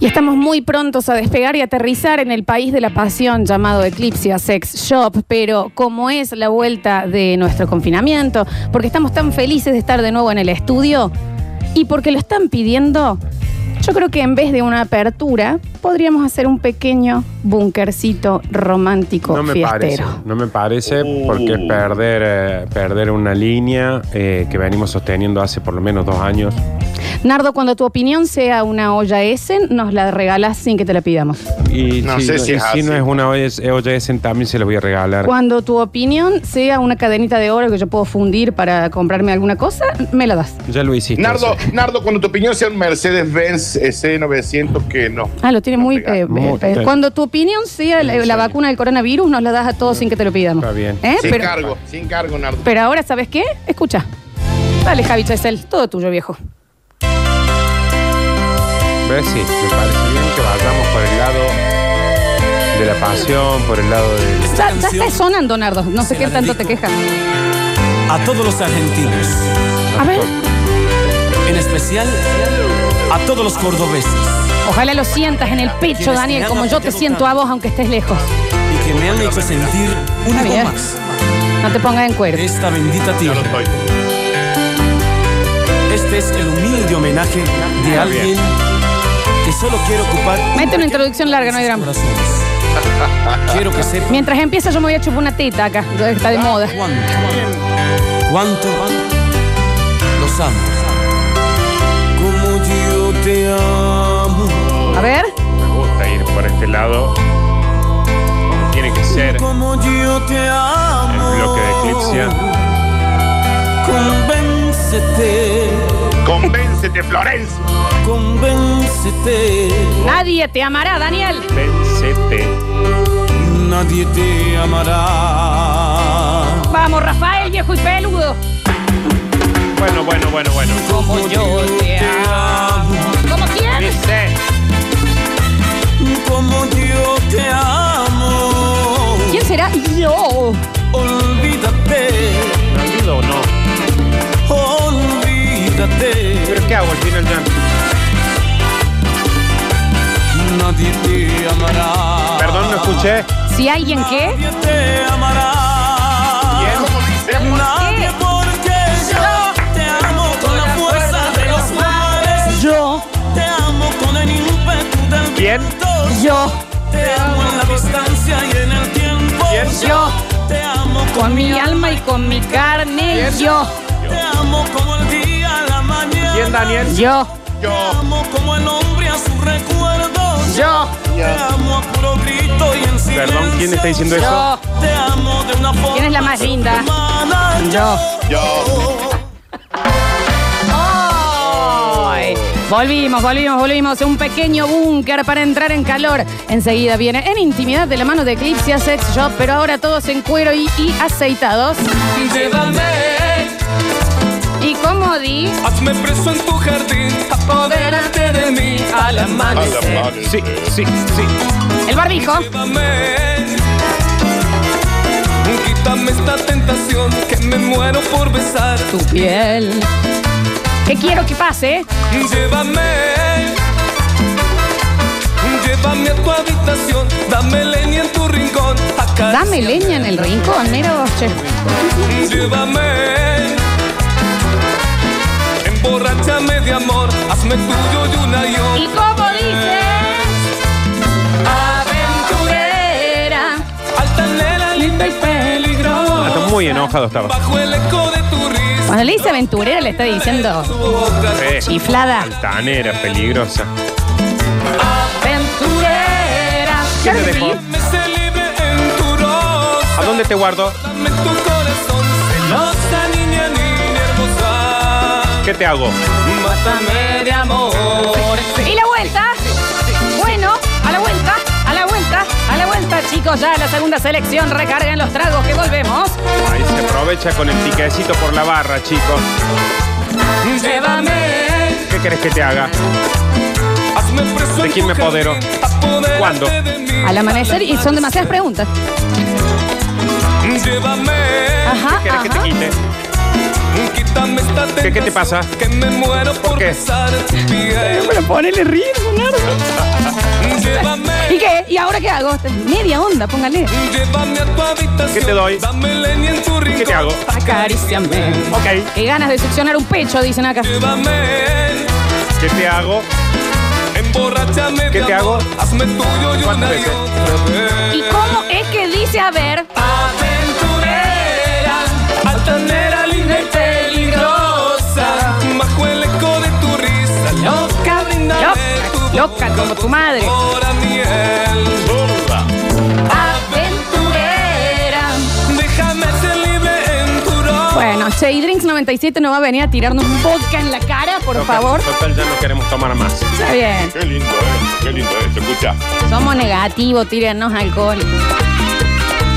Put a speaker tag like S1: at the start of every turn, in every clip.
S1: Y estamos muy prontos a despegar y aterrizar en el país de la pasión llamado Eclipsia Sex Shop, pero como es la vuelta de nuestro confinamiento, porque estamos tan felices de estar de nuevo en el estudio y porque lo están pidiendo, yo creo que en vez de una apertura, podríamos hacer un pequeño bunkercito romántico
S2: No me parece,
S1: fiestero.
S2: no me parece
S3: Uh.
S2: porque es perder, eh, perder una línea eh, que venimos sosteniendo hace por lo menos dos años.
S1: Nardo, cuando tu opinión sea una olla Essen, nos la regalas sin que te la pidamos.
S2: Y
S3: No
S2: si,
S3: sé si
S2: y
S3: es
S2: si
S3: así.
S2: no es una OJS, también se los voy a regalar.
S1: Cuando tu opinión sea una cadenita de oro que yo puedo fundir para comprarme alguna cosa, me la das.
S2: Ya lo hiciste.
S3: Nardo,
S2: eso.
S3: Nardo, cuando tu opinión sea un Mercedes-Benz C900 que no.
S1: Ah, lo tiene muy... eh,
S2: Muy
S1: eh,
S2: bien.
S1: cuando tu opinión sea la, la vacuna del coronavirus, nos la das a todos sin que te lo pidamos.
S2: Está bien.
S1: ¿Eh?
S3: sin
S1: Pero,
S3: cargo, sin cargo, Nardo.
S1: pero ahora, ¿sabes qué? Escucha. Dale, Javi Chesel, todo tuyo, viejo.
S2: ¿Ves? Sí, me parece bien que vayamos por el lado de la pasión, por el lado del...
S1: Ya, ya está sonando, Nardo. No sé
S4: Se
S1: qué
S4: la
S1: tanto te
S4: dedico.
S1: quejas.
S4: A todos los argentinos,
S1: A ver,
S4: en especial a todos los cordobeses,
S1: ojalá lo sientas en el pecho, Daniel, como yo te siento a vos, aunque estés lejos.
S4: y que me han hecho sentir un
S1: Está bien.
S4: poco más
S1: No te pongas en cuero.
S4: de esta bendita
S3: No lo
S4: tierra.
S3: estoy.
S4: Este es el humilde homenaje de alguien que solo quiere ocupar.
S1: Mete una introducción larga, no hay drama.
S4: Corazones. Quiero que sepa Ah,
S1: Mientras empieza, yo me voy a chupar una teta acá, ya que está de moda.
S4: cuánto, cuánto los amo. Como yo te amo.
S1: A ver.
S2: Me gusta ir por este lado. Como Tiene que ser el
S4: Como yo te amo.
S2: bloque de Eclipsia.
S4: Convéncete,
S3: Convéncete, Florencia.
S4: convéncete.
S1: Nadie te amará, Daniel.
S2: Vencete.
S4: Nadie te amará.
S1: Vamos, Rafael, viejo y peludo.
S2: Bueno, bueno, bueno, bueno.
S1: Como yo te
S4: amo.
S1: ¿Cómo quién?
S2: Dice.
S4: Como yo te amo.
S1: ¿Quién será? Yo.
S4: Olvídate,
S2: ¿Me olvido o no?
S4: olvídate.
S2: ¿Pero qué hago al final, Jan?
S4: Nadie te amará.
S2: Perdón, no escuché.
S1: Si alguien qué.
S4: Nadie te amará.
S3: ¿Cómo dice?
S4: Nadie porque yo te amo con la fuerza de los mares.
S1: Yo.
S4: Te amo con el ímpetu del
S2: Bien.
S4: viento.
S1: Yo.
S4: Te amo en la distancia y en el tiempo.
S2: Bien.
S1: Yo.
S4: Te amo
S1: Con mi alma y con mi carne. Yo.
S4: Te amo como el día a la mañana.
S2: ¿Quién, Daniel?
S1: Yo.
S4: Te
S3: Yo.
S4: amo como el hombre a sus recuerdos.
S1: Yo.
S4: Te amo a puro grito y en silencio.
S2: Perdón, ¿quién está diciendo eso?
S1: Yo.
S4: Te amo de una forma.
S1: ¿Quién es la más linda?
S4: humana.
S1: Yo.
S3: Yo.
S1: Ay. Volvimos, volvimos, volvimos. Un pequeño búnker para entrar en calor. Enseguida viene en intimidad de la mano de Eclipse Sex Shop, pero ahora todos en cuero y, y aceitados.
S5: Llévame,
S1: Y como di,
S5: hazme preso en tu jardín, apodérate de mí al
S3: A la
S5: amanecer.
S3: madre.
S2: Sí, sí, sí.
S1: el barbijo.
S5: Llévame, quítame esta tentación que me muero por besar.
S1: Tu piel. ¿Qué quiero que pase? ¿eh?
S5: Llévame, llévame a tu habitación, dame leña en tu rincón.
S1: Dame
S5: acariciame.
S1: leña en el rincón, mira vos, che.
S5: Llévame, emborrachame de amor, hazme tuyo y una y otra.
S1: Y como dice, aventurera,
S5: Altanera, linda y peligrosa.
S2: Ah, Está muy enojado estaba.
S5: Bajo el eco de tu risa.
S1: Cuando le dice aventurera le está
S5: Tu
S1: diciendo
S5: boca.
S2: Eh,
S1: chiflada.
S2: Altanera, peligrosa.
S1: Aventurera. Claro que sí.
S5: Me se libre en tu rosa.
S2: ¿A dónde te guardo?
S5: Dame tu corazón. Celosa niña, niña hermosa.
S2: ¿Qué te hago?
S5: Mátame de amor.
S1: Y la vuelta. Bueno, a la vuelta, a la vuelta, a la vuelta, chicos. Ya la segunda selección. Recarguen los tragos que volvemos.
S2: Ahí se aprovecha con el piquecito por la barra, chicos.
S5: Llévame.
S2: ¿Qué querés que te haga?
S5: Hazme preso
S2: ¿De
S5: en tu
S2: quién me apodero?
S5: jardín, apodérate
S2: ¿Cuándo?
S5: de mí.
S1: Al amanecer y son demasiadas preguntas.
S5: Llévame.
S1: Ajá,
S2: ¿Qué querés que te
S1: ajá.
S2: quite?
S5: Quítame esta
S2: ¿Qué- qué te
S5: tentación
S2: pasa?
S5: Que me muero por,
S2: qué?
S5: besar tu piel.
S1: Pero ponele ritmo, Nardo. ¿Y
S5: Llévame,
S1: qué? ¿Y ahora qué hago? Media onda, póngale.
S5: llévame a tu habitación.
S2: ¿Qué te doy?
S5: Dame leña en tu rincón.
S2: ¿Qué te hago?
S1: Acaríciame.
S2: Ok.
S1: Qué ganas de succionar un pecho, dicen acá.
S5: Llévame,
S2: ¿Qué te hago?
S5: emborrachame
S2: ¿Qué
S5: de
S2: te
S5: amor.
S2: hago?
S5: Hazme tuyo y una
S2: ¿Cuántas
S5: y
S2: veces?
S5: otra vez.
S1: ¿Y cómo es que dice a ver?
S5: Aventurera, altanera, linda y peligrosa. Bajo el eco de tu risa, loca, brindame
S1: Loca,
S5: tu boca.
S1: loca como tu madre.
S5: Por miel.
S1: Aventurera.
S5: Déjame ser libre en tu ropa.
S1: Bueno, Che, Drinks 97 no va a venir a tirarnos un vodka en la cara, por
S2: Total-
S1: favor.
S2: Total, ya no queremos tomar más.
S1: Está bien.
S3: Qué lindo esto, qué lindo esto. Escucha,
S1: Somos negativos, tírennos alcohol.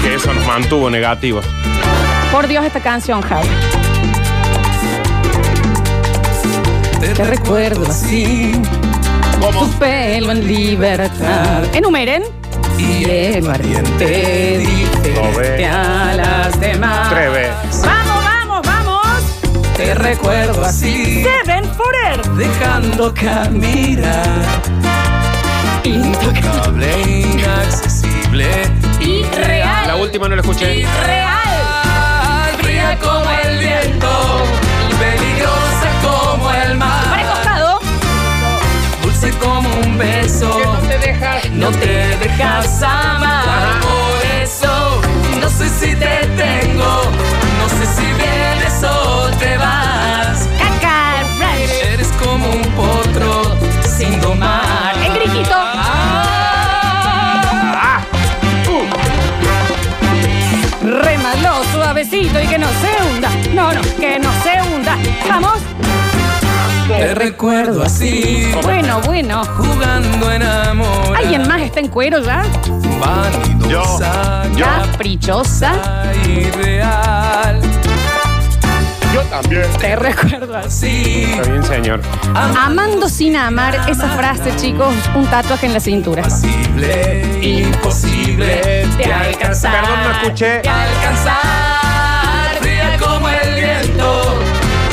S2: Que eso nos mantuvo negativos.
S1: Por Dios, esta canción, Javi.
S5: Te
S1: Te recuerdo
S5: así
S1: Tu pelo en libertad. Enumeren.
S5: Ah. y
S1: Hielo
S5: te
S2: Dos
S5: diferente a las
S1: Ah,
S5: demás.
S2: Tres veces.
S1: Vamos, vamos, vamos.
S5: Te recuerdo así,
S1: Seven Footer.
S5: dejando caminar. Intocable, inaccesible.
S1: Y real.
S2: La última no la
S1: Y
S2: escuché.
S1: real.
S5: Fría como el viento y peligrosa como el
S1: Para el
S5: mar.
S1: costado.
S5: Dulce como un beso. No te dejas amar por eso. No sé si te tengo, no sé si vienes o te vas.
S1: Caca. French.
S5: Eres como un potro sin domar.
S1: El grijito.
S5: Ah,
S1: Remalo suavecito y que no se hunda. No, no, que no se hunda. Vamos.
S5: te recuerdo así,
S1: Bueno, bueno.
S5: jugando en amor.
S1: ¿Alguien más está en cuero ya?
S5: Vanidosa,
S1: Caprichosa.
S5: ideal.
S3: yo también.
S1: Te recuerdo así.
S5: Sí,
S2: Está bien, señor.
S1: Amando sin amar, esa frase, chicos, un tatuaje en la cintura.
S5: imposible, imposible de alcanzar.
S2: Perdón, no escuché.
S5: De alcanzar, fría como el viento,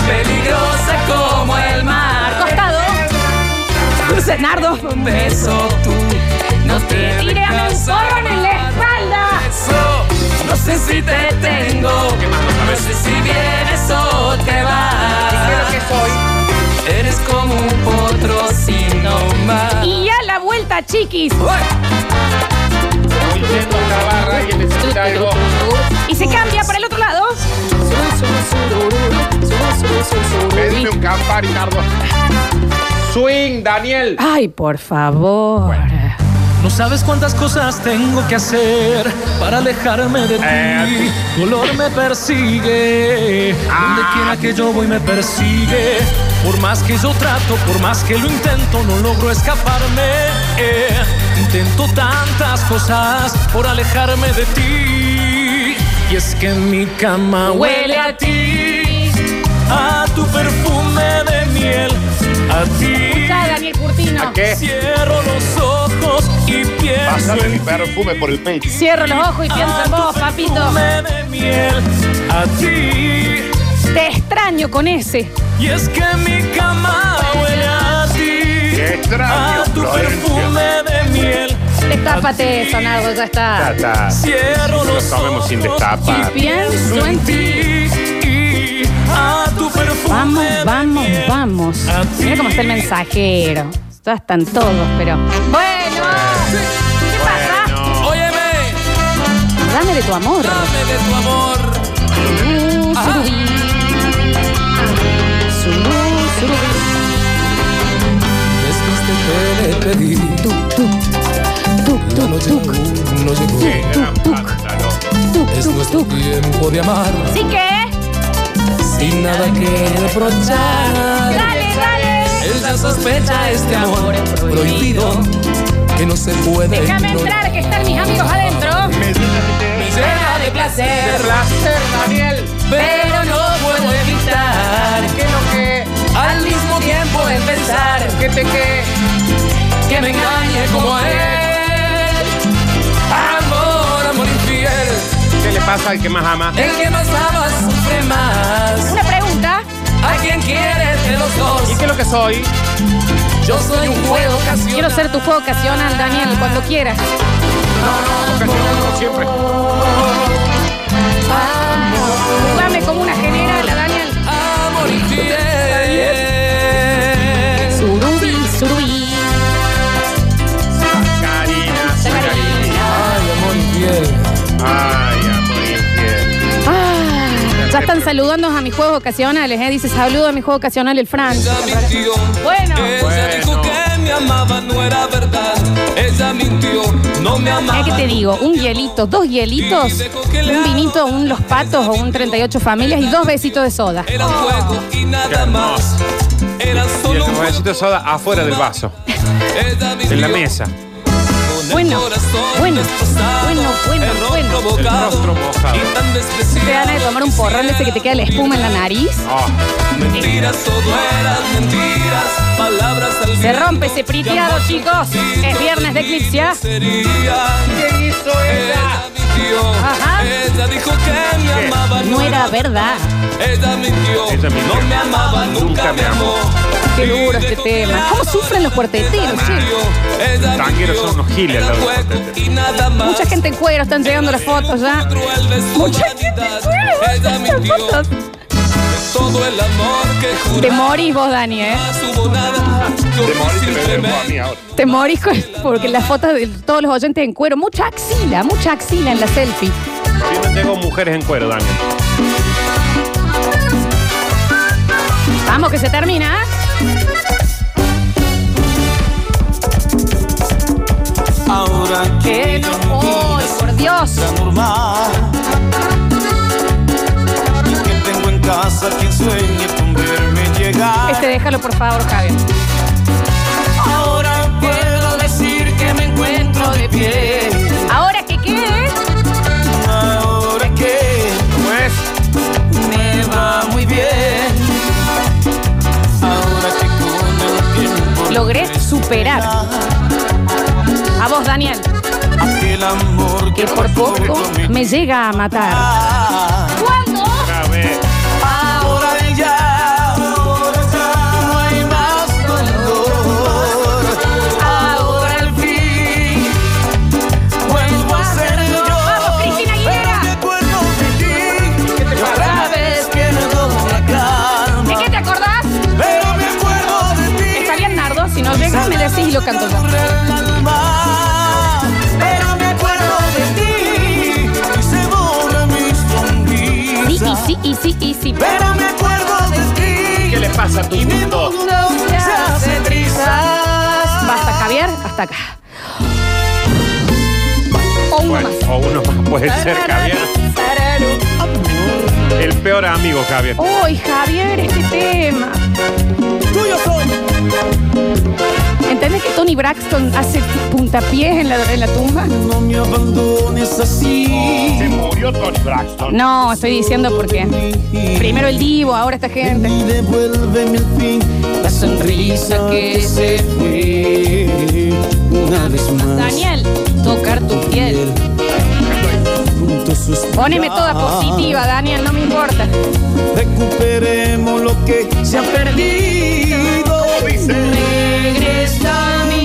S5: peligrosa como el mar.
S1: Costado. Cenardo.
S5: Un beso tú, no te
S1: Tírame un
S5: dejas
S1: porro en la espalda.
S5: Eso, no sé si te tengo, no sé si vienes o te vas. Eres como un potro sin nomás.
S1: Y ya la vuelta, chiquis. Y se cambia para el otro lado.
S3: Pedime un campari, Nardo.
S2: Swing, Daniel.
S1: Ay, por favor.
S6: No sabes cuántas cosas tengo que hacer para alejarme de ti.
S2: Eh.
S6: Tu olor me persigue. Donde
S3: Ah.
S6: quiera que yo voy me persigue. Por más que yo trato, por más que lo intento, no logro escaparme. Eh, Intento tantas cosas por alejarme de ti. Y es que mi cama huele a ti, a tu perfume de miel, a ti.
S1: Ya, Daniel Curtino.
S2: ¿Qué?
S6: Cierro los ojos y pienso
S3: Pásame mi
S6: en
S3: perfume por el pecho.
S1: Cierro los ojos y pienso en vos, papito.
S6: perfume de miel a ti.
S1: Te extraño con ese.
S6: Y es que mi cama huele a
S3: Qué
S6: ti.
S3: extraño,
S6: A tu
S3: Florencia.
S6: perfume de miel.
S1: Destápate, Sonardo, ya
S2: Ya
S1: está.
S2: está.
S6: Cierro
S2: Lo
S6: los
S2: tomemos
S6: ojos
S2: sin
S1: Y
S2: destapar.
S1: pienso en ti.
S6: ti. A tu perfume
S1: Vamos,
S6: de
S1: vamos,
S6: miel.
S1: vamos.
S6: A
S1: Mira
S6: ti.
S1: cómo está el mensajero. Ya están todos, pero. Bueno, ¿qué pasa?
S2: No.
S5: Óyeme,
S1: Dame de tu amor.
S5: dame de tu amor.
S1: Surubí, Surú, surubí.
S5: Después te pedí,
S1: Tuc, tuc, tuc, tuc, tuc,
S5: no llegó.
S2: Qué gran vándalo.
S1: tuc,
S5: Es
S1: tuc,
S5: nuestro
S1: tuc.
S5: tiempo de amar,
S1: Así que,
S5: sin nada que reprochar.
S1: dale, dale.
S5: Él ya sospecha este amor prohibido que no se puede
S1: Déjame
S5: ignorar.
S1: entrar, que están mis amigos adentro.
S5: Me llena de placer,
S4: Daniel,
S5: pero no puedo evitar
S4: que lo que,
S5: al mismo tiempo en pensar
S4: que te que.
S5: que me engañe como a él. Amor, amor infiel,
S2: ¿Qué le pasa al que más ama?
S5: el que más ama sufre más.
S1: Una pregunta.
S5: ¿A quien quieres de los dos?
S2: ¿Y qué es lo que soy?
S7: Yo soy un juego ocasional.
S1: Quiero ser tu juego ocasional, Daniel, cuando quieras.
S2: Ocasional como siempre.
S1: Jugame como una general, Daniel.
S6: Ah.
S7: Amor infiel.
S1: Surubí, surubí.
S2: Karina,
S7: Ay, amor infiel.
S2: Ay, amor infiel.
S1: Ah, ya están saludando a mis juegos ocasionales, ¿eh? Dice, saludo a mi juego ocasional, el Fran.
S7: Ella mintió.
S1: Bueno.
S7: Ella
S2: Bueno.
S7: dijo que me amaba, no era verdad. Ella mintió, no me amaba.
S1: ¿Qué te digo? Un hielito, dos hielitos, un vinito, un Los Patos o un 38 Familias y dos besitos de soda.
S7: Era un juego y
S2: Qué
S7: nada más.
S2: hermoso.
S7: Era
S2: Y el
S7: solo un juego.
S2: cafecito soda afuera del vaso,
S7: Ella mintió.
S2: en la mesa.
S7: Con el
S1: Bueno,
S7: corazón
S1: bueno,
S7: destrozado,
S1: bueno, bueno,
S7: el rostro
S1: bueno.
S7: bocado,
S2: El rostro mojado.
S7: y tan despreciado.
S1: Te dan de tomar un porrón de ese que te queda la espuma en la nariz.
S2: Oh,
S7: Mentiras, todo eran mentiras. Palabras al
S1: Se
S7: viento
S1: rompe ese priteado,
S7: que
S1: chicos. Es viernes de eclipse. ¿ah?
S7: Sería.
S2: ¿Qué hizo
S7: Ella mintió.
S1: Ajá.
S7: Ella dijo que me
S2: ¿Qué?
S7: amaba.
S1: No era verdad.
S7: Ella mintió.
S2: Ella mintió.
S7: No me amaba, nunca me amó.
S1: Qué
S7: Y
S1: duro este
S7: dejó
S1: tema.
S7: que
S1: ¿Cómo
S7: la
S1: sufren los cuarteteros,
S7: Ella
S1: che?
S7: mintió. Ella
S2: Tangueros
S7: mintió.
S2: son unos giles,
S7: Era
S2: los
S7: hueco
S2: cuarteteros.
S7: y nada más.
S1: Mucha gente en cuero, están llegando las fotos ya.
S7: Cruel de su
S1: Mucha gente en
S7: vanidad. Ella mintió.
S1: cuero. Las fotos.
S7: Todo el amor que juraba.
S1: Te morís vos, Dani, ¿eh?
S7: Hubo nada. Yo
S3: Te moriste, me
S7: simplemente-
S3: dejó a mí ahora.
S1: Te morís con- porque las fotos de todos los oyentes en cuero. Mucha axila, mucha axila en la selfie.
S2: Yo no tengo mujeres en cuero, Daniel.
S1: Vamos, que se termina. ¿ah?
S5: Ahora
S1: Que no, ¡Ay, por Dios!
S5: la normal. Y que tengo en casa quien sueñe con verme llegar.
S1: Este, déjalo, por favor, Javier.
S5: Ahora puedo decir que me encuentro de pie.
S1: Ahora que qué
S5: Ahora que
S2: Pues,
S5: me va muy bien. Ahora que con el tiempo
S1: logré superar. A vos, Daniel,
S5: el amor
S1: que por poco me llega a matar.
S5: da.
S1: ¿Cuándo?
S2: a ver.
S5: Ahora ya, ahora ya no hay más dolor. Ahora al fin vuelvo a ser yo.
S1: Vamos, Cristina Aguilera.
S5: Me acuerdo de ti. Cada vez pierdo la
S1: ¿De
S5: calma.
S1: qué te acordás?
S5: Pero me acuerdo de ti.
S1: Está bien, Nardo. Si no llega, me decís y lo canto yo.
S5: Pero me acuerdo de ti y se borra mi
S1: Sí, y
S5: sonrisa.
S1: sí, y sí, y sí.
S5: Pero me acuerdo de
S2: ¿Qué
S5: ti
S2: le pasa a tu
S5: y mi
S2: mundo?
S5: mundo se hace trizas.
S1: Basta, Javier. Hasta acá. O uno
S2: Bueno,
S1: más.
S2: o uno más puede ser, Javier. El peor amigo, Javier.
S1: ¡Uy, Javier, este tema!
S5: Tuyo soy.
S1: ¿Entendés que Tony Braxton hace puntapiés en la, en la tumba?
S5: No me abandones así.
S2: murió Tony Braxton.
S1: No, estoy diciendo porque primero el divo, ahora esta gente.
S5: Y devuélveme al fin la sonrisa que se fue una vez más.
S1: Daniel, tocar tu piel.
S5: Juntos suspirar.
S1: Poneme toda positiva, Daniel, no me importa.
S5: Recuperemos lo que se ha perdido. Regresa a mí.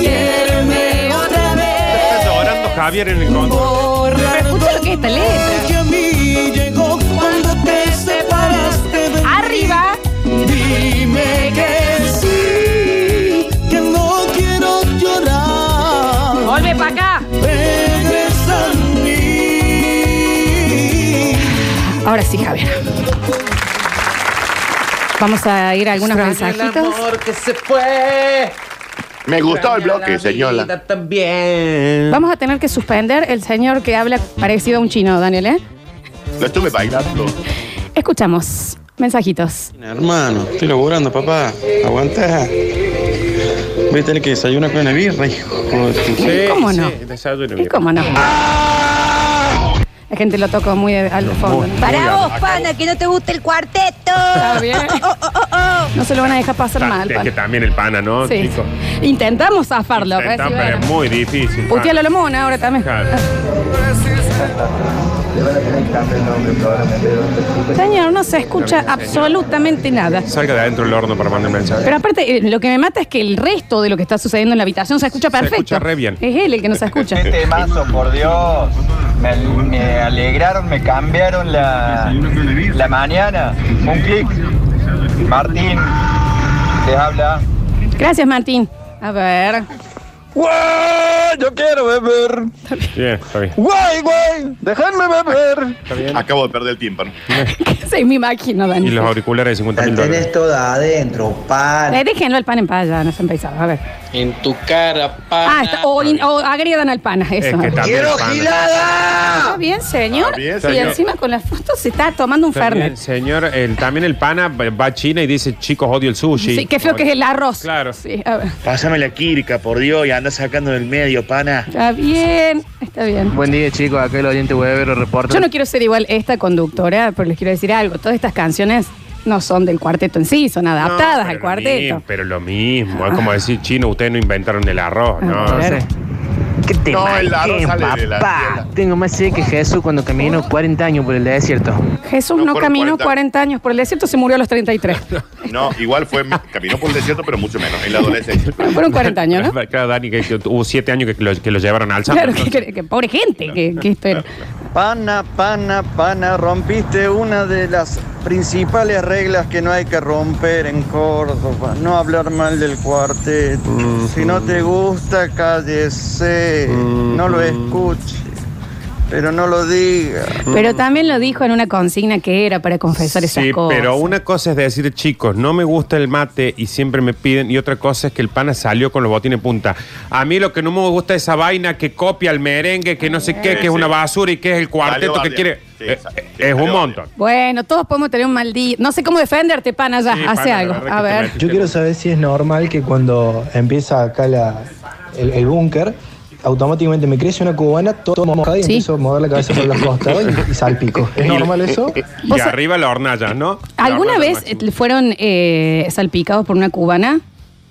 S5: Quiéreme otra
S2: Está
S5: vez.
S2: llorando Javier en el control.
S5: Borrar
S1: Escucha lo que es esta
S5: dolor
S1: letra.
S5: que a mí llegó cuando te separaste de mí.
S1: Arriba,
S5: Dime que sí, que no quiero llorar.
S1: volve para acá.
S5: Regresa a mí.
S1: Ahora sí, Javier. Vamos a ir a algunos
S8: Extraño el
S1: mensajitos.
S8: amor que se fue.
S3: Me gustó el
S8: Extraño
S3: bloque,
S8: la
S3: señora.
S8: vida También.
S1: Vamos a tener que suspender el señor que habla parecido a un chino, Daniel, ¿eh?
S3: Lo estuve bailando.
S1: Escuchamos mensajitos.
S9: Hermano, estoy laburando, papá. Aguanta. Voy a tener que desayunar con una birra, hijo de tu
S1: ¿Cómo no?
S2: desayuno
S1: ¿Y
S2: bien.
S1: cómo no? La gente lo tocó muy de- al fondo.
S2: muy-
S10: Para
S2: Muy
S10: vos, pana, que no te gusta el cuarteto. Oh,
S1: Está bien. No se lo van a dejar pasar
S2: Ta-
S1: mal,
S2: Es que
S1: pan.
S2: también el pana, ¿no,
S1: Sí.
S2: chico?
S1: Intentamos zafarlo.
S2: Está,
S1: a ver si
S2: pero
S1: van.
S2: es muy difícil.
S1: Putealo a la mona ahora también.
S2: Javier.
S1: Señor, no se escucha absolutamente nada.
S2: Salga de adentro del horno para mandar un mensaje.
S1: Pero aparte, eh, lo que me mata es que el resto de lo que está sucediendo en la habitación se escucha perfecto.
S2: escucha re bien.
S1: Es él el que no se escucha.
S11: Qué temazo, por Dios. Me, me alegraron, me cambiaron la, la mañana. Un clic. Martín, te habla.
S1: Gracias, Martín. A ver.
S12: ¡Guay! Yo quiero beber.
S2: Bien, está bien.
S12: ¡Guay, guay! ¡Dejadme beber!
S3: Acabo de perder el tímpano.
S1: Se me imagino, Dani.
S2: Y los auriculares de 50 mil dólares.
S11: toda adentro, pan.
S1: Eh, déjenlo al pan en paz, ya no se han pensado. A ver.
S12: En tu cara, pana.
S1: Ah, está- o, in- o agregan al pana,
S2: Es
S1: eso.
S2: que también
S11: ¡Quiero
S2: pan.
S11: gilada!
S1: Está bien, señor.
S3: Está bien,
S1: Y
S3: señor.
S1: encima con las fotos se está tomando un fernet.
S2: También, señor, el, también el pana va a China y dice, chicos, odio el sushi.
S1: Sí, qué feo que es el arroz.
S2: Claro.
S1: Sí, a ver.
S13: Pásame la quirca, por Dios, y anda sacando del medio, pana.
S1: Está bien, está bien.
S13: Buen día, chicos. Acá el oyente Weber reporta.
S1: Yo no quiero ser igual esta conductora, pero les quiero decir algo. Todas estas canciones no son del cuarteto en sí, son
S2: No,
S1: adaptadas
S2: pero
S1: al
S2: lo
S1: cuarteto.
S2: mismo, pero lo mismo, es como decir, chino, ustedes no inventaron el arroz, ¿no?
S1: Ah, claro.
S13: ¿Qué te
S3: No, el arroz
S13: imaginas,
S3: sale de la
S13: papá?
S3: tierra.
S13: Tengo más sed que Jesús cuando caminó 40 años por el desierto.
S1: Jesús no,
S3: No fueron
S1: caminó 40.
S3: 40.
S1: años por el desierto, se murió a los 33.
S3: No, igual fue, caminó por el desierto, pero mucho menos, en la adolescencia.
S1: Fueron 40 años, ¿no?
S2: Claro, Dani, que, que hubo siete años que lo, que lo llevaron al
S1: Claro,
S2: santo.
S1: que, que- que pobre gente, que, que esto era.
S11: Pana, pana, pana, rompiste una de las principales reglas que no hay que romper en Córdoba. No hablar mal del cuarteto. Si no te gusta, cállese. No lo escuche. Pero no lo diga.
S1: Pero también lo dijo en una consigna que era para confesar esas
S2: Sí,
S1: cosas.
S2: pero una cosa es decir, chicos, no me gusta el mate y siempre me piden, y otra cosa es que el pana salió con los botines punta. A mí lo que no me gusta es esa vaina que copia el merengue, que no sé qué, que es
S3: sí.
S2: una basura y que es el cuarteto que
S3: bardeando.
S2: quiere.
S3: Sí,
S2: Eh,
S3: sa-
S2: eh,
S3: sí,
S2: es un
S3: salió
S2: montón.
S1: Bueno, todos podemos tener un mal día. No sé cómo defenderte, pana, ya.
S2: Sí,
S1: Hace
S2: pana, la
S1: algo.
S2: verdad
S1: A
S2: que te
S1: ver.
S2: metiste.
S14: Yo quiero saber si es normal que cuando empieza acá la, el, el búnker, automáticamente me crece una cubana toda mojada y
S1: Sí.
S14: empiezo a mover la cabeza por los costados y, y salpico. ¿Es normal eso?
S2: Y
S1: Vos sa-
S2: arriba la hornalla, ¿no? La
S1: ¿Alguna vez
S2: hornalla máxima.
S1: eh, fueron eh, salpicados por una cubana?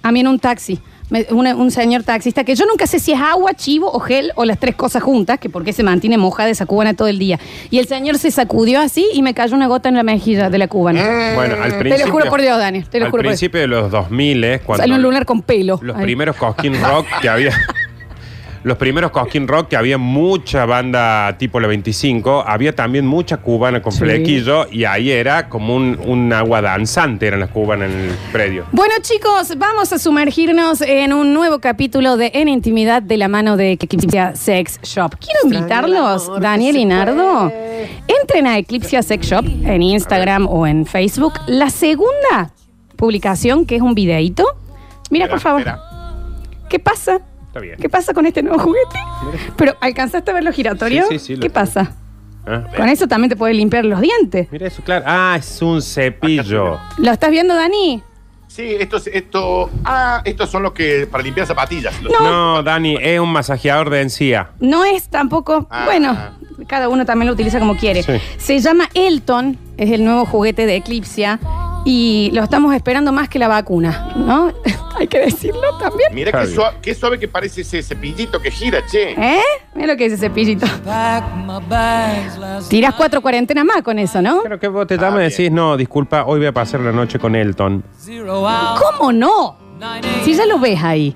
S1: A mí en un taxi. Me- una- un señor taxista que yo nunca sé si es agua, chivo o gel o las tres cosas juntas, que porque se mantiene mojada esa cubana todo el día. Y el señor se sacudió así y me cayó una gota en la mejilla de la cubana.
S2: Bueno, al principio.
S1: Eh, Te lo juro por Dios, Dani. Te lo
S2: al
S1: juro por Dios.
S2: principio de los 2000, eh, cuando
S1: Sale un lunar con pelo.
S2: los
S1: Ay.
S2: primeros Cosquín Rock que había. Los primeros Cosquín Rock que había mucha banda tipo la 25, había también mucha cubana con
S1: Sí.
S2: flequillo y ahí era como un, un agua danzante eran las cubanas en el predio.
S1: Bueno, chicos, vamos a sumergirnos en un nuevo capítulo de En Intimidad de la mano de Eclipsia Sex Shop. Quiero invitarlos, Daniel y Nardo. Entren a Eclipsia Sex Shop en Instagram o en Facebook. La segunda publicación, que es un videíto. Mira, por
S3: Espera,
S1: favor,
S3: espera.
S1: ¿qué pasa?
S2: Está bien.
S1: ¿Qué pasa con este nuevo juguete? Pero, ¿alcanzaste a ver los giratorios?
S2: Sí, sí, sí, lo
S1: ¿Qué
S2: tengo.
S1: pasa?
S2: Ah,
S1: Con e- eso también te puedes limpiar los dientes.
S2: Mira eso, claro. Ah, es un cepillo.
S1: ¿Lo estás viendo, Dani?
S3: Sí, esto, es- esto, ah, estos son los que para limpiar zapatillas. Los-
S2: No, Dani, es un masajeador de encía.
S1: No es tampoco.
S3: Ah.
S1: Bueno, cada uno también lo utiliza como quiere.
S2: Sí.
S1: Se llama Elton, es el nuevo juguete de Eclipsia. Y lo estamos esperando más que la vacuna, ¿no? Hay que decirlo también.
S3: Mira
S2: Está
S3: qué,
S2: bien.
S3: suave, qué suave que parece ese cepillito que gira, che.
S1: ¿Eh? Mira lo que dice ese cepillito. Tirás cuatro cuarentenas más con eso, ¿no?
S2: Claro que vos te llamas y
S3: bien.
S2: decís, no, disculpa, hoy voy a pasar la noche con Elton.
S1: ¿Cómo no? Si ya lo ves ahí.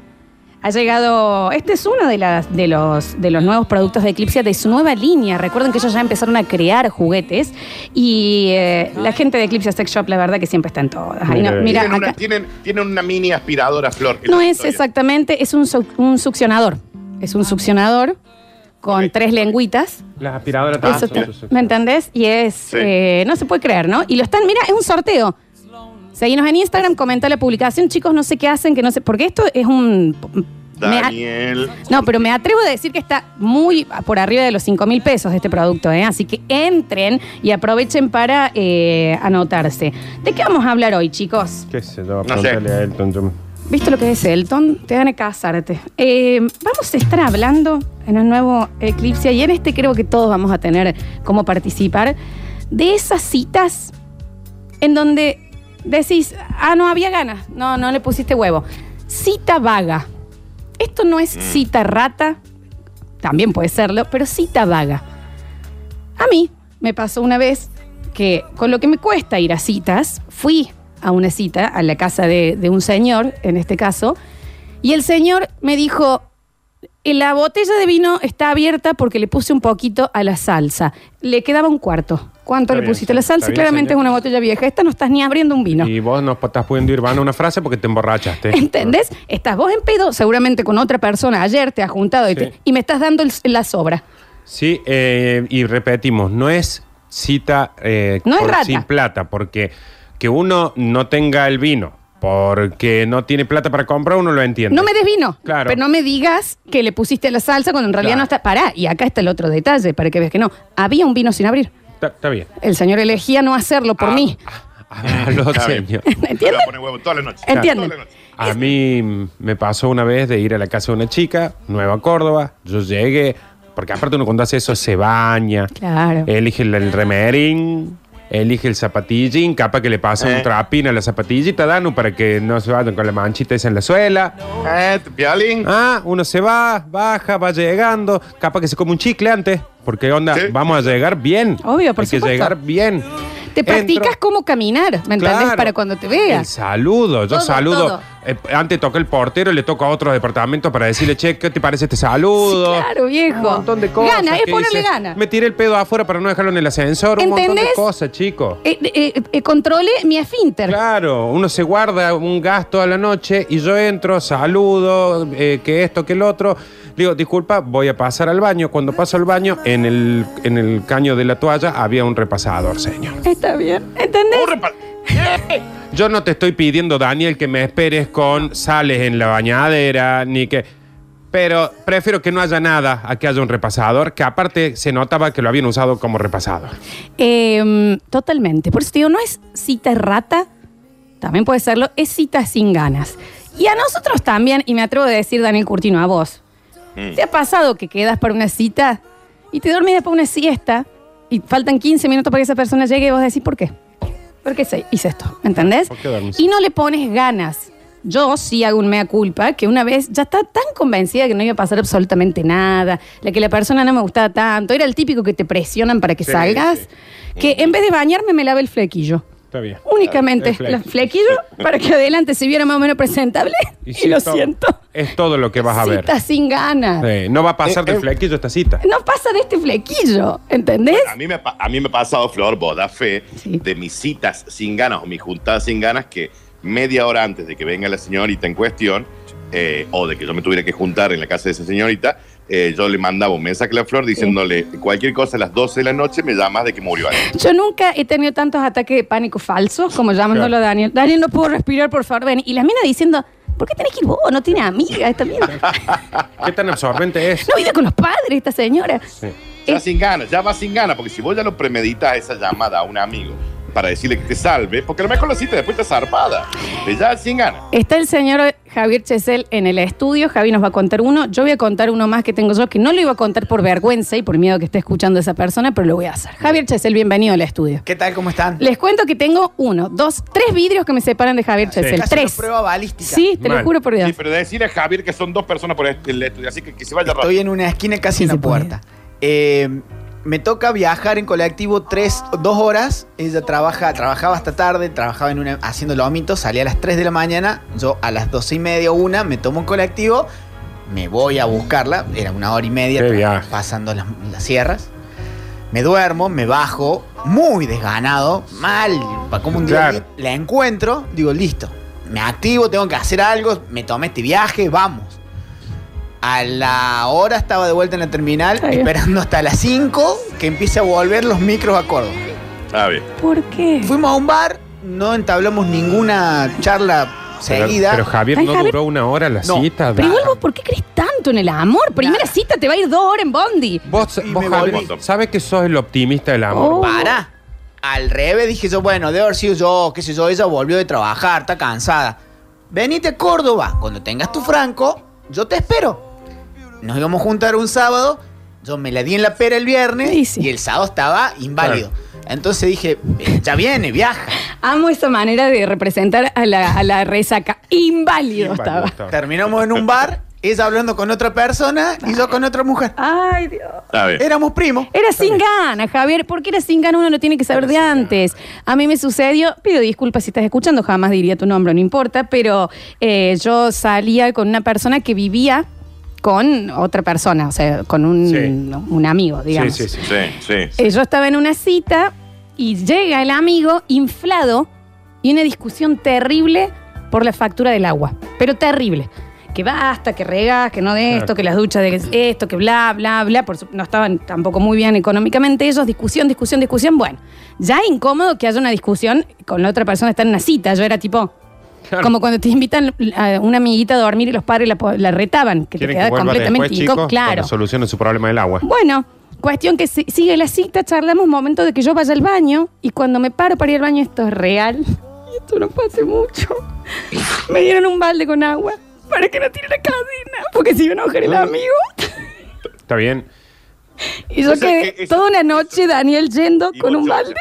S1: Ha llegado. Este es uno de, las, de, los, de los nuevos productos de Eclipsia de su nueva línea. Recuerden que ellos ya empezaron a crear juguetes. Y eh, la gente de Eclipsia Sex Shop, la verdad que siempre está en todas. Ahí no-
S2: Mira,
S1: mira,
S3: tienen, una,
S1: acá.
S3: tienen, tienen una mini aspiradora flor. en
S1: No
S3: la
S1: es
S3: historia.
S1: exactamente, es un, suc- un succionador. Es un succionador con
S3: Ok.
S1: tres lengüitas.
S2: Las aspiradoras
S1: Eso
S2: también
S1: está-
S2: son-
S1: ¿Me entendés? Y es. eh, no se puede creer, ¿no? Y lo están. Mira, es un sorteo. Seguinos en Instagram, comenta la publicación. Chicos, no sé qué hacen, que no sé. Porque esto es un. me a-
S3: Daniel.
S1: no, pero me atrevo a decir que está muy por arriba de los 5 mil pesos este producto, ¿eh? Así que entren y aprovechen para eh, anotarse. ¿De qué vamos a hablar hoy, chicos?
S2: ¿Qué sé yo?
S3: No sé.
S2: Pregúntale a Elton. yo-
S1: ¿Viste lo que es Elton? Te van a casarte. Eh, vamos a estar hablando en el nuevo Eclipse y en este creo que todos vamos a tener cómo participar de esas citas en donde decís, ah, no había ganas, no, no le pusiste huevo. Cita vaga.
S2: Mm.
S1: Esto no es cita rata, también puede serlo, pero cita vaga. A mí me pasó una vez que con lo que me cuesta ir a citas, fui a una cita a la casa de, de un señor, en este caso, y el señor me dijo, "Eh, la botella de vino está abierta porque le puse un poquito a la salsa. Le quedaba un cuarto. ¿Cuánto
S2: Está
S1: le
S2: bien,
S1: pusiste a la
S2: está
S1: salsa?
S2: bien,
S1: Claramente
S2: señor.
S1: es una botella vieja. Esta no estás ni abriendo un vino.
S2: Y vos no estás pudiendo ir van a una frase porque te emborrachaste.
S1: ¿Entendés? Estás vos en pedo, seguramente con otra persona. Ayer te has juntado y, te-
S2: Sí.
S1: y me estás dando el- la sobra.
S2: Sí, eh, y repetimos, no es cita eh,
S1: No es rata.
S2: sin plata, porque que uno no tenga el vino, porque no tiene plata para comprar, uno lo entiende.
S1: No me des vino.
S2: Claro.
S1: Pero no me digas que le pusiste la salsa cuando en realidad
S2: Claro.
S1: no está. Pará, y acá está el otro detalle para que veas que no. Había un vino sin abrir.
S2: Está, está bien.
S1: El señor elegía no hacerlo
S2: Ah,
S1: por mí.
S2: Habló, señor.
S1: ¿Entiendes?
S3: toda la noche.
S1: ¿Entienden?
S2: A mí mm, me pasó una vez de ir a la casa de una chica, Nueva Córdoba, yo llegué, porque aparte uno cuando hace eso se baña,
S1: Claro.
S2: elige el, el remerín, elige el zapatillín, capaz que le pasa un trapín a la zapatillita, Danu, para que no se vayan con la manchita esa en la suela. Ah, uno se va, baja, va llegando, capaz que se come un chicle antes, porque onda, vamos a llegar bien.
S1: Obvio, por
S2: Hay que
S1: supuesto.
S2: llegar bien.
S1: Te practicas cómo caminar, ¿me entendés?
S2: Claro.
S1: Para cuando te
S2: El
S1: veas.
S2: saludo, yo
S1: Todo,
S2: saludo.
S1: todo.
S2: Eh, antes toca el portero, le toca a otro departamento para decirle, che, ¿qué te parece este saludo?
S1: Claro, viejo. Un montón de
S2: Cosas
S1: Gana, es
S2: que
S1: ponerle
S2: dices,
S1: gana.
S2: Me tiré el pedo afuera para no dejarlo en el ascensor. Un montón de
S1: ¿Entendés?
S2: cosas, chicos.
S1: Eh, eh, eh, controle mi esfínter.
S2: Claro, uno se guarda un gasto a la noche y yo entro, saludo, eh, que esto, que el otro. Digo, disculpa, voy a pasar al baño. Cuando paso al baño, en el, en el caño de la toalla había un repasador, señor.
S1: Está bien. ¿Entendés?
S2: Yo no te estoy pidiendo, Daniel, que me esperes con sales en la bañadera, ni que... Pero prefiero que no haya nada a que haya un repasador, que aparte se notaba que lo habían usado como repasador.
S1: Eh, totalmente. Por eso te digo, no es cita errata, también puede serlo, es cita sin ganas. Y a nosotros también, y me atrevo a decir, Daniel Curtino, a vos, ¿te ha pasado que quedas para una cita y te dormís después de una siesta y faltan 15 minutos para que esa persona llegue y vos decís, ¿por qué? ¿Por qué se- hice esto? ¿Me entendés?
S2: ¿Por qué dormís?
S1: Y no le pones ganas. Yo sí hago un mea culpa que una vez ya estaba tan convencida que no iba a pasar absolutamente nada, la que la persona no me gustaba tanto, era el típico que te presionan para que
S2: Sí,
S1: salgas, que en vez de bañarme me lavé el flequillo.
S2: Está bien.
S1: Únicamente
S2: El flequillo.
S1: el flequillo para que adelante se viera más o menos presentable. Y,
S2: si
S1: lo
S2: es todo-
S1: siento,
S2: Es todo lo que vas a ver.
S1: cita sin ganas.
S2: Sí, no va a pasar del flequillo esta cita.
S1: No pasa de este flequillo, ¿entendés?
S3: A mí, me, pa- a mí me ha pasado, Flor, vos da fe de mis citas sin ganas o mis juntadas sin ganas que media hora antes de que venga la señorita en cuestión eh, o de que yo me tuviera que juntar en la casa de esa señorita, eh, yo le mandaba un mensaje a la Flor diciéndole cualquier cosa a las 12 de la noche me llamas de que murió alguien.
S1: Yo nunca he tenido tantos ataques de pánico falsos como llamándolo a Daniel. Daniel, no puedo respirar, por favor, ven. Y las minas diciendo, ¿por qué tenés que ir vos? No tiene amiga esta mina.
S2: ¿Qué tan absorbente es?
S1: No vive con los padres esta señora.
S3: Ya sin ganas, ya vas sin ganas, porque si vos ya lo premeditas esa llamada a un amigo para decirle que te salve, porque a lo mejor la cita después está zarpada, de ya sin ganas.
S1: Está el señor Javier Chesel en el estudio. Javi nos va a contar uno. Yo voy a contar uno más que tengo yo, que no lo iba a contar por vergüenza y por miedo que esté escuchando esa persona, pero lo voy a hacer. Javier Chesel, bienvenido al estudio.
S15: ¿Qué tal? ¿Cómo están?
S1: Les cuento que tengo uno, dos, tres vidrios que me separan de Javier Chesel.
S15: Casi
S1: Tres.
S15: una prueba balística.
S1: Sí, te lo juro por Dios.
S3: Sí, pero decirle a Javier que son dos personas por este- el estudio, así que que se vaya rápido.
S15: Estoy en una esquina casi en la puerta. Eh, me toca viajar en colectivo tres, dos horas. Ella trabaja, trabajaba hasta tarde, trabajaba en una, haciendo lomitos, salía a las 3 de la mañana. Yo a las 12 y media, una, me tomo un colectivo, me voy a buscarla. Era una hora y media tra- pasando las, las sierras. Me duermo, me bajo, muy desganado, mal, pa- como un día.
S2: Claro.
S15: La encuentro, digo, listo, me activo, tengo que hacer algo, me tomé este viaje, vamos. A la hora estaba de vuelta en la terminal, esperando hasta las 5 que empiece a volver los micros a Córdoba.
S3: A ver.
S1: ¿Por qué?
S15: Fuimos a un bar, no entablamos ninguna charla
S2: Pero,
S15: seguida.
S2: pero Javier no duró una hora la
S15: No.
S2: cita.
S1: Pero
S2: da-
S1: igual vos, ¿por qué crees tanto en el amor? Primera cita te va a ir dos horas en Bondi.
S2: Vos, vos,
S15: me
S2: Javier,
S15: volví.
S2: sabes que sos el optimista del amor.
S1: Oh.
S15: Para. Al revés dije yo, bueno, debe haber sido yo, qué sé yo, ella volvió de trabajar, está cansada. Venite a Córdoba, cuando tengas tu franco, yo te espero. Nos íbamos a juntar un sábado, yo me la di en la pera el viernes y el sábado estaba inválido. Entonces dije, eh, ya viene, viaja.
S1: Amo esa manera de representar a la, a la resaca. Inválido, estaba.
S15: Terminamos en un bar Ella hablando con otra persona y yo con otra mujer.
S1: Ay, Dios.
S3: Está bien.
S15: Éramos primos.
S1: Era sin gana, Javier. ¿Por qué era sin gana? Uno lo tiene que saber de antes. A mí me sucedió, pido disculpas si estás escuchando, jamás diría tu nombre, no importa, pero eh, yo salía con una persona que vivía con otra persona, o sea, con un, un amigo, digamos.
S3: Sí, sí, sí. sí, sí.
S1: Eh, yo estaba en una cita y llega el amigo inflado y una discusión terrible por la factura del agua, pero terrible. Que basta, que regas, que no de esto,
S16: Claro.
S1: que las duchas de esto, que bla, bla, bla. Por su- no estaban tampoco muy bien económicamente ellos. Discusión, discusión, discusión. Bueno, ya incómodo que haya una discusión con la otra persona, estar en una cita. Yo era tipo, como cuando te invitan a una amiguita a dormir y los padres la, po- la retaban, que te
S2: Quieren que
S1: queda
S2: vuelva
S1: completamente
S2: después, chicos,
S1: incómodo. Claro.
S2: cuando solucionen su problema del agua.
S1: Bueno, cuestión que si- sigue la cita, charlamos momento de que yo vaya al baño y cuando me paro para ir al baño, esto es real. Esto no fue hace mucho. Me dieron un balde con agua para que no tire la cadena, porque si iba a enojar
S5: Ah.
S1: el amigo.
S2: Está bien.
S1: Y yo
S3: O sea,
S1: quedé
S3: que eso-
S1: toda una noche, Daniel, yendo con un balde.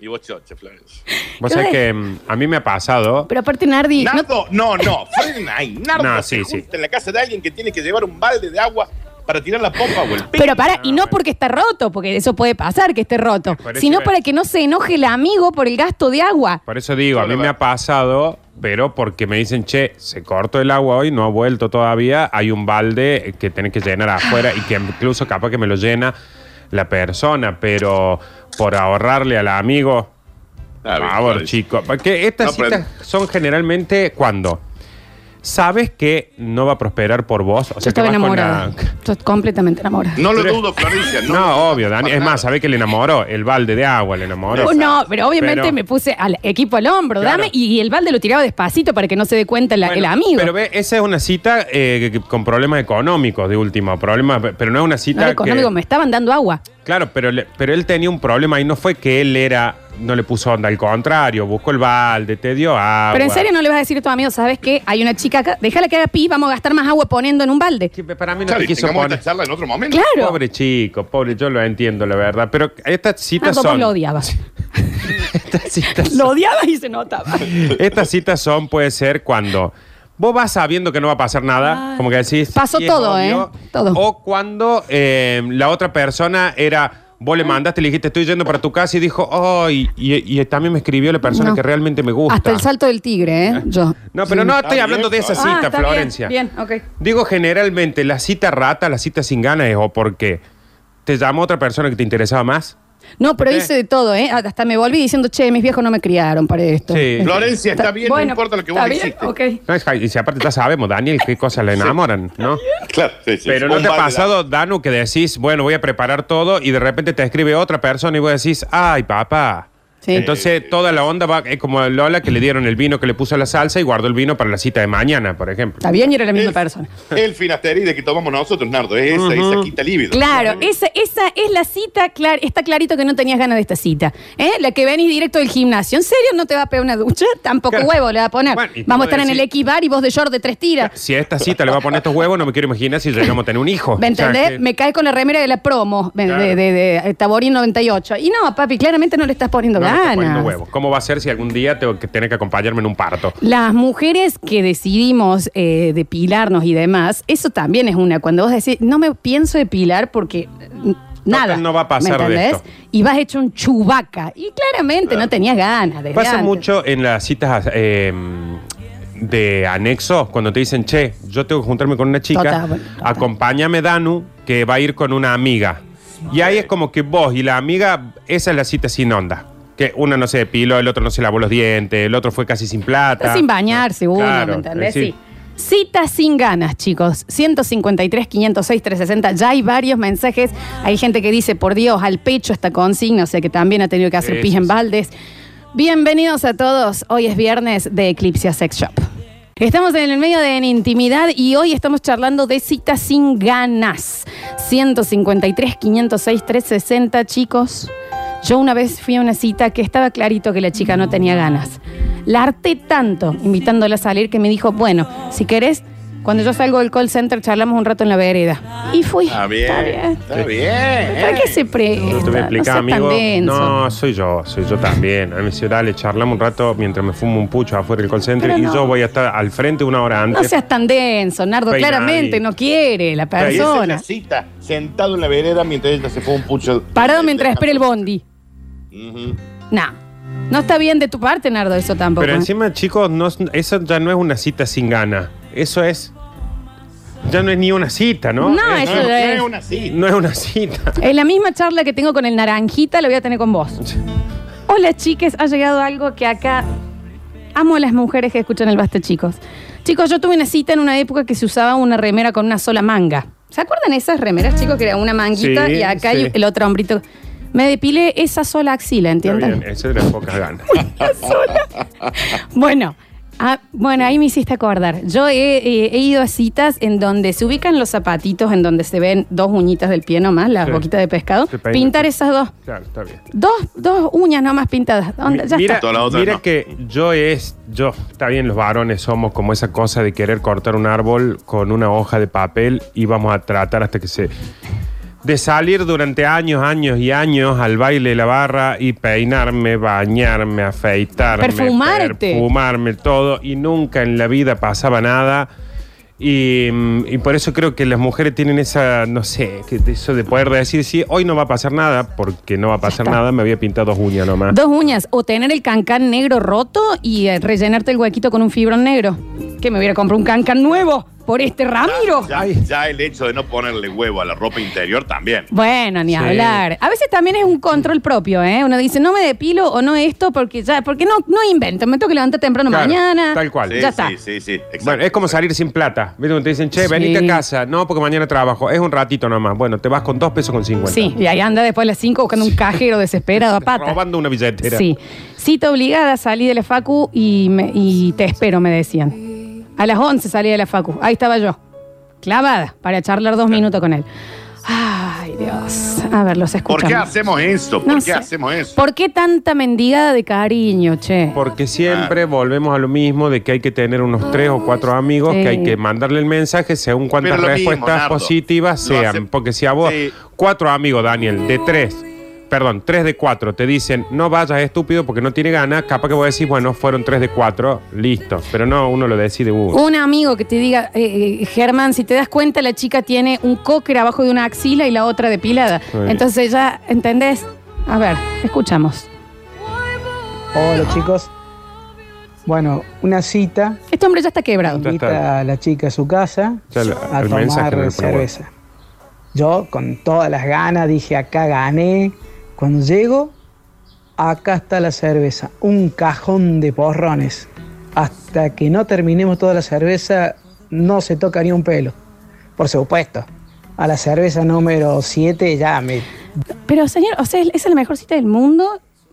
S3: Y vos chocha, Florencia.
S2: Vos
S1: Yo
S2: sabés
S1: de-
S2: que mm, a mí me ha pasado.
S1: Pero aparte, Nardi. no-
S3: Nardo, no, no, frena ahí. Nardo
S2: No,
S3: se
S2: sí, sí.
S3: junta en la casa de alguien que tiene que llevar un balde de agua para tirar la pompa o el pi-
S1: Pero para, y no porque está roto, porque eso puede pasar que esté roto,
S2: parece
S1: sino
S2: bien.
S1: para que no se enoje el amigo por el gasto de agua.
S2: Por eso digo, a mí me ha pasado, pero porque me dicen, che, se cortó el agua hoy, no ha vuelto todavía, hay un balde que tenés que llenar afuera y que incluso capaz que me lo llena la persona, pero por ahorrarle al amigo. Por favor, chicos. Porque estas
S3: No, pero-
S2: citas son generalmente cuando sabes que no va a prosperar por vos. O
S1: Yo
S2: sea, que
S1: estaba
S2: vas con
S1: enamorada.
S2: la-
S1: Estoy completamente enamorada.
S2: Pero-
S3: Florencia.
S2: No, obvio, Dani. Es más, sabe que le enamoró. El balde de agua le enamoró.
S1: Oh, no, pero obviamente
S2: Pero-
S1: me puse al equipo al hombro,
S2: Claro.
S1: dame, y, y el balde lo tiraba despacito para que no se dé cuenta la- el amigo.
S2: Pero ve, esa es una cita eh, que- con problemas económicos de último. Problemas, pero no es una
S1: no
S2: cita
S1: era
S2: que...
S1: económico, me estaban dando agua.
S2: Claro, pero, le- pero él tenía un problema y no fue que él era... No le puso onda, al contrario, buscó el balde, te dio agua.
S1: Pero en serio no le vas a decir a tu amigo, ¿sabes qué? Hay una chica acá, déjala que haga pis, vamos a gastar más agua poniendo en un balde.
S2: para mí
S3: Claro, y
S2: quiso
S3: tengamos
S2: poner-
S3: esta charla en otro momento.
S1: Claro.
S2: Pobre chico, pobre, yo lo entiendo, la verdad. Pero estas citas son...
S1: lo odiabas.
S2: Estas citas
S1: lo odiabas y se notaba.
S2: Estas citas son, puede ser, cuando vos vas sabiendo que no va a pasar nada, como que decís.
S1: Pasó
S2: "Sí, es
S1: todo,
S2: obvio".
S1: ¿eh? Todo.
S2: O cuando eh, la otra persona era. Vos le mandaste, le dijiste, estoy yendo para tu casa y dijo, ¡ay! y, y también me escribió la persona
S1: No.
S2: que realmente me gusta.
S1: Hasta el salto del tigre, ¿eh? Yo.
S2: No, pero no estoy
S1: Está
S2: hablando de
S1: bien,
S2: esa
S1: Flor. Ah,
S2: cita,
S1: está bien,
S2: Florencia.
S1: Bien, ok.
S2: Digo, generalmente, la cita rata, la cita sin ganas es o porque te llamó otra persona que te interesaba más.
S1: No, pero
S2: ¿Eh?
S1: hice de todo, ¿eh? Hasta me volví diciendo, che, mis viejos no me criaron para esto. Este.
S2: Sí.
S3: Florencia, está bien, no
S1: Bueno,
S3: importa lo que vos
S1: está bien,
S3: hiciste.
S1: ok.
S2: No, es- y si aparte ya sabemos, Daniel, qué cosas le enamoran, ¿no?
S3: Claro, sí, sí.
S2: Pero
S3: Un
S2: no te ha
S3: balde de
S2: pasado, Danu, que decís, bueno, voy a preparar todo y de repente te escribe otra persona y vos decís, ay, papá.
S1: Sí.
S2: Entonces toda la onda va, es como a Lola que le dieron el vino que le puso a la salsa y guardó el vino para la cita de mañana, por ejemplo.
S1: Está bien y era la misma persona.
S3: El finasteride que tomamos nosotros, Nardo, es esa, y esa quita líbido.
S1: Claro, esa, esa es la cita, clar- está clarito que no tenías ganas de esta cita. ¿eh? La que venís directo del gimnasio. ¿En serio no te va a pegar una ducha? Tampoco
S2: Claro.
S1: huevo le va a poner.
S2: Bueno, y tú
S1: Vamos a
S2: vas a
S1: estar en el
S2: decir-
S1: equibar y vos de short de tres tiras.
S2: Si a esta cita le va a poner estos huevos, no me quiero imaginar si llegamos a tener un hijo.
S1: ¿Me
S2: O sea,
S1: entendés?
S2: que-
S1: Me caes con la remera de la promo de, de, de- de Taborín 98. Y no, papi, claramente no le estás poniendo
S2: no me está
S1: ganas.
S2: poniendo huevos. ¿Cómo va a ser si algún día tengo que tener que acompañarme en un parto?
S1: Las mujeres que decidimos eh, depilarnos y demás, eso también es una. Cuando vos decís, no me pienso depilar porque mm, nada.
S2: no va a pasar de esto.
S1: Y vas hecho un chubaca. Y claramente no tenías ganas. desde
S2: Pasa
S1: antes.
S2: mucho en las citas eh, de anexo, cuando te dicen, che, yo tengo que juntarme con una chica,
S1: Total, bueno,
S2: acompáñame Danu, que va a ir con una amiga. Y ahí es como que vos y la amiga, esa es la cita sin onda. Que una no se depiló, el otro no se lavó los dientes, el otro fue casi sin plata.
S1: Está sin bañarse uno,
S2: Ah, Claro,
S1: ¿me entendés?
S2: es decir-
S1: Sí. Citas sin ganas, chicos. 153, 506, 360. Ya hay varios mensajes. Hay gente que dice, por Dios, al pecho esta consigna, o sea que también ha tenido que hacer
S2: Sí,
S1: pis
S2: sí,
S1: en
S2: sí.
S1: baldes. Bienvenidos a todos. Hoy es viernes de Eclipse Sex Shop. Estamos en el medio de En Intimidad y hoy estamos charlando de citas sin ganas. 153, 506, 360, chicos. Yo una vez fui a una cita que estaba clarito que la chica no tenía ganas. La harté tanto invitándola a salir que me dijo, bueno, si querés, Cuando yo salgo del call center, charlamos un rato en la vereda. Y fui.
S3: Está bien. Está bien.
S1: ¿Para qué se presta?
S2: Yo te voy a
S1: no
S2: explicar,
S1: seas tan
S2: amigo.
S1: denso.
S2: No, soy yo, soy yo también. A mí me dice, dale, charlamos un rato mientras me fumo un pucho afuera del call center
S1: Pero
S2: y
S1: no.
S2: yo voy a estar al frente una hora
S1: No
S2: antes.
S1: seas tan denso, Nardo.
S2: Peinadito.
S1: Claramente no quiere la
S3: Pero esa es la
S1: persona.
S3: cita, sentado en la vereda mientras ella se fue un pucho.
S1: Parado mientras espera el bondi.
S3: Ujú.
S1: Nah. No está bien de tu parte, Nardo, eso tampoco.
S2: Pero
S1: ¿eh?
S2: encima, chicos, no, es- eso ya no es una cita sin gana. Eso es. Ya no es ni una cita, ¿no?
S1: No, eso
S2: no,
S1: ya es-
S2: es una cita. No es una cita.
S1: En la misma charla que tengo con el naranjita, la voy a tener con vos. Hola, chiques, ha llegado algo que acá amo a las mujeres que escuchan el basta, chicos. Chicos, yo tuve una cita en una época que se usaba una remera con una sola manga. ¿Se acuerdan esas remeras, chicos, que era una manguita
S2: Sí,
S1: y acá
S2: sí.
S1: y el otro hombrito? Me depilé esa sola axila,
S2: Está
S1: ¿entienden?
S2: bien, eso es de las pocas ganas.
S1: Bueno, ah, bueno, ahí me hiciste acordar. Yo he, eh, he ido a citas en donde se ubican los zapatitos, en donde se ven dos uñitas del pie nomás, las
S2: Sí.
S1: boquitas de pescado.
S2: Se peina,
S1: Pintar
S2: sí.
S1: esas dos.
S2: Claro, está bien.
S1: Dos, dos uñas nomás pintadas. Onda, ya
S2: mira,
S1: está.
S2: mira que yo es, yo, está bien, los varones somos como esa cosa de querer cortar un árbol con una hoja de papel y vamos a tratar hasta que se... De salir durante años, años y años al baile de la barra y peinarme, bañarme, afeitarme,
S1: Perfumarte.
S2: perfumarme, todo, y nunca en la vida pasaba nada. Y, mm, y por eso creo que las mujeres tienen esa, no sé, que eso de poder decir, sí, hoy no va a pasar nada, porque no va a pasar nada, me había pintado dos uñas nomás.
S1: Dos uñas. O tener el cancán negro roto y eh, rellenarte el huequito con un fibrón negro. Que me hubiera comprado un cancán nuevo por este Ramiro.
S3: Ya, ya el hecho de no ponerle huevo a la ropa interior también.
S1: Bueno, ni
S3: Sí.
S1: hablar. A veces también es un control propio, ¿eh? Uno dice, no me depilo o no esto porque ya, porque no, no invento, me tengo que levantar temprano
S2: Claro,
S1: mañana.
S2: Tal cual.
S1: Ah, ya está.
S3: sí, sí.
S2: Bueno, es como salir sin plata. ¿Viste? Cuando Te dicen, che,
S1: Sí.
S2: venite a casa. No, porque mañana trabajo. Es un ratito nomás. Bueno, te vas con dos pesos con cincuenta.
S1: Sí, y ahí anda después a las 5 buscando un cajero desesperado a pata.
S2: Robando una billetera.
S1: Sí. Cita obligada, salí de la facu y, me- y te espero, me decían. A las 11 salí de la facu. Ahí estaba yo, clavada, para charlar dos minutos con él. Ay, Dios. A ver, los escuchamos.
S3: ¿Por qué hacemos esto? ¿Por
S1: No
S3: qué
S1: sé.
S3: hacemos eso?
S1: ¿Por qué tanta mendigada de cariño, che?
S2: Porque siempre volvemos a lo mismo de que hay que tener unos tres o cuatro amigos,
S1: Sí.
S2: que hay que mandarle el mensaje según cuántas
S3: Pero lo mismo,
S2: respuestas
S3: Nardo.
S2: positivas
S3: Lo
S2: sean.
S3: hace-
S2: Porque si a vos, cuatro amigos, Daniel, de tres, perdón, tres de cuatro, te dicen, no vayas estúpido porque no tiene ganas, capaz que vos decís, bueno, fueron tres de cuatro, listo. Pero no, uno lo decide uno.
S1: Un amigo que te diga, eh, eh, Germán, si te das cuenta, la chica tiene un cocker abajo de una axila y la otra depilada.
S16: Sí.
S1: Entonces ya, ¿entendés? A ver, escuchamos.
S16: Hola chicos. Bueno, una cita.
S1: Este hombre ya está quebrado.
S16: Invita a la chica a su casa
S2: Ya lo-
S16: a
S2: el mensaje no le
S16: tomar
S2: pone
S16: cerveza. Yo con todas las ganas dije acá gané. Cuando llego, acá está la cerveza. Un cajón de porrones. Hasta que no terminemos toda la cerveza, no se toca ni un pelo. Por supuesto. A la cerveza número 7 ya me
S1: Pero señor, o sea, es la mejor cita del mundo.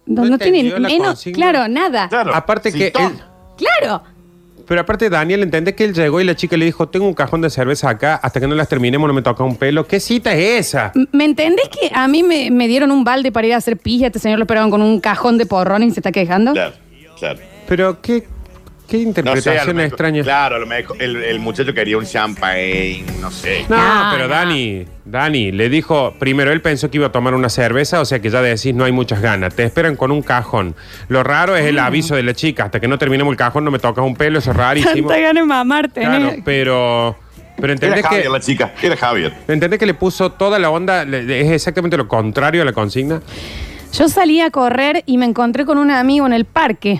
S1: Donde no tienen
S2: entendió la
S1: menos,
S2: consigna.
S1: claro, nada.
S2: Aparte que él-
S1: Claro.
S2: Pero aparte, Daniel, ¿entendés que él llegó y la chica le dijo, tengo un cajón de cerveza acá, hasta que no las terminemos no me toca un pelo? ¿Qué cita es esa?
S1: M- ¿Me entendés que a mí me, me dieron un balde para ir a hacer pija? Este señor lo esperaban con un cajón de porrones y se está quejando.
S3: Claro.
S2: Pero qué, qué interpretación
S3: mejor-
S2: extraña.
S3: Claro, a lo mejor el, el muchacho quería un champagne, no sé.
S2: No,
S1: Ah,
S2: pero Dani, Dani, le dijo, primero él pensó que iba a tomar una cerveza, o sea que ya decís no hay muchas ganas, te esperan con un cajón. Lo raro es el
S1: Mm.
S2: aviso de la chica, hasta que no terminemos el cajón no me tocas un pelo, eso es rarísimo.
S1: Tanta ganas de mamarte.
S2: Claro, pero, pero
S3: Era
S2: entendés
S3: Javier
S2: que...
S3: la chica, era Javier.
S2: ¿Entendés que le puso toda la onda? Le- le- Es exactamente lo contrario a la consigna.
S1: Yo salí a correr y me encontré con un amigo en el parque.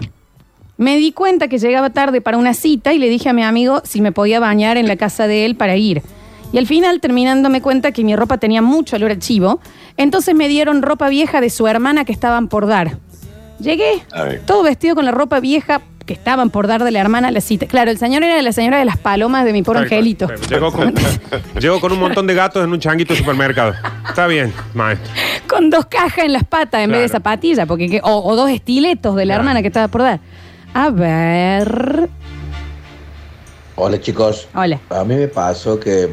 S1: Me di cuenta que llegaba tarde para una cita y le dije a mi amigo si me podía bañar en la casa de él para ir. Y al final, terminándome cuenta que mi ropa tenía mucho olor a chivo, entonces me dieron ropa vieja de su hermana que estaban por dar. Llegué, todo vestido con la ropa vieja que estaban por dar de la hermana a la cita. Claro, el señor era de la señora de las palomas de mi pobre
S2: Tal cual.
S1: angelito.
S2: Llegó con, llegó con un montón de gatos en un changuito de supermercado. Está bien, maestro.
S1: con dos cajas en las patas en vez de
S2: Claro.
S1: zapatillas, porque que- o, o dos estiletos de la hermana que estaba por dar. A ver.
S17: Hola chicos.
S1: Hola.
S17: A mí me pasó que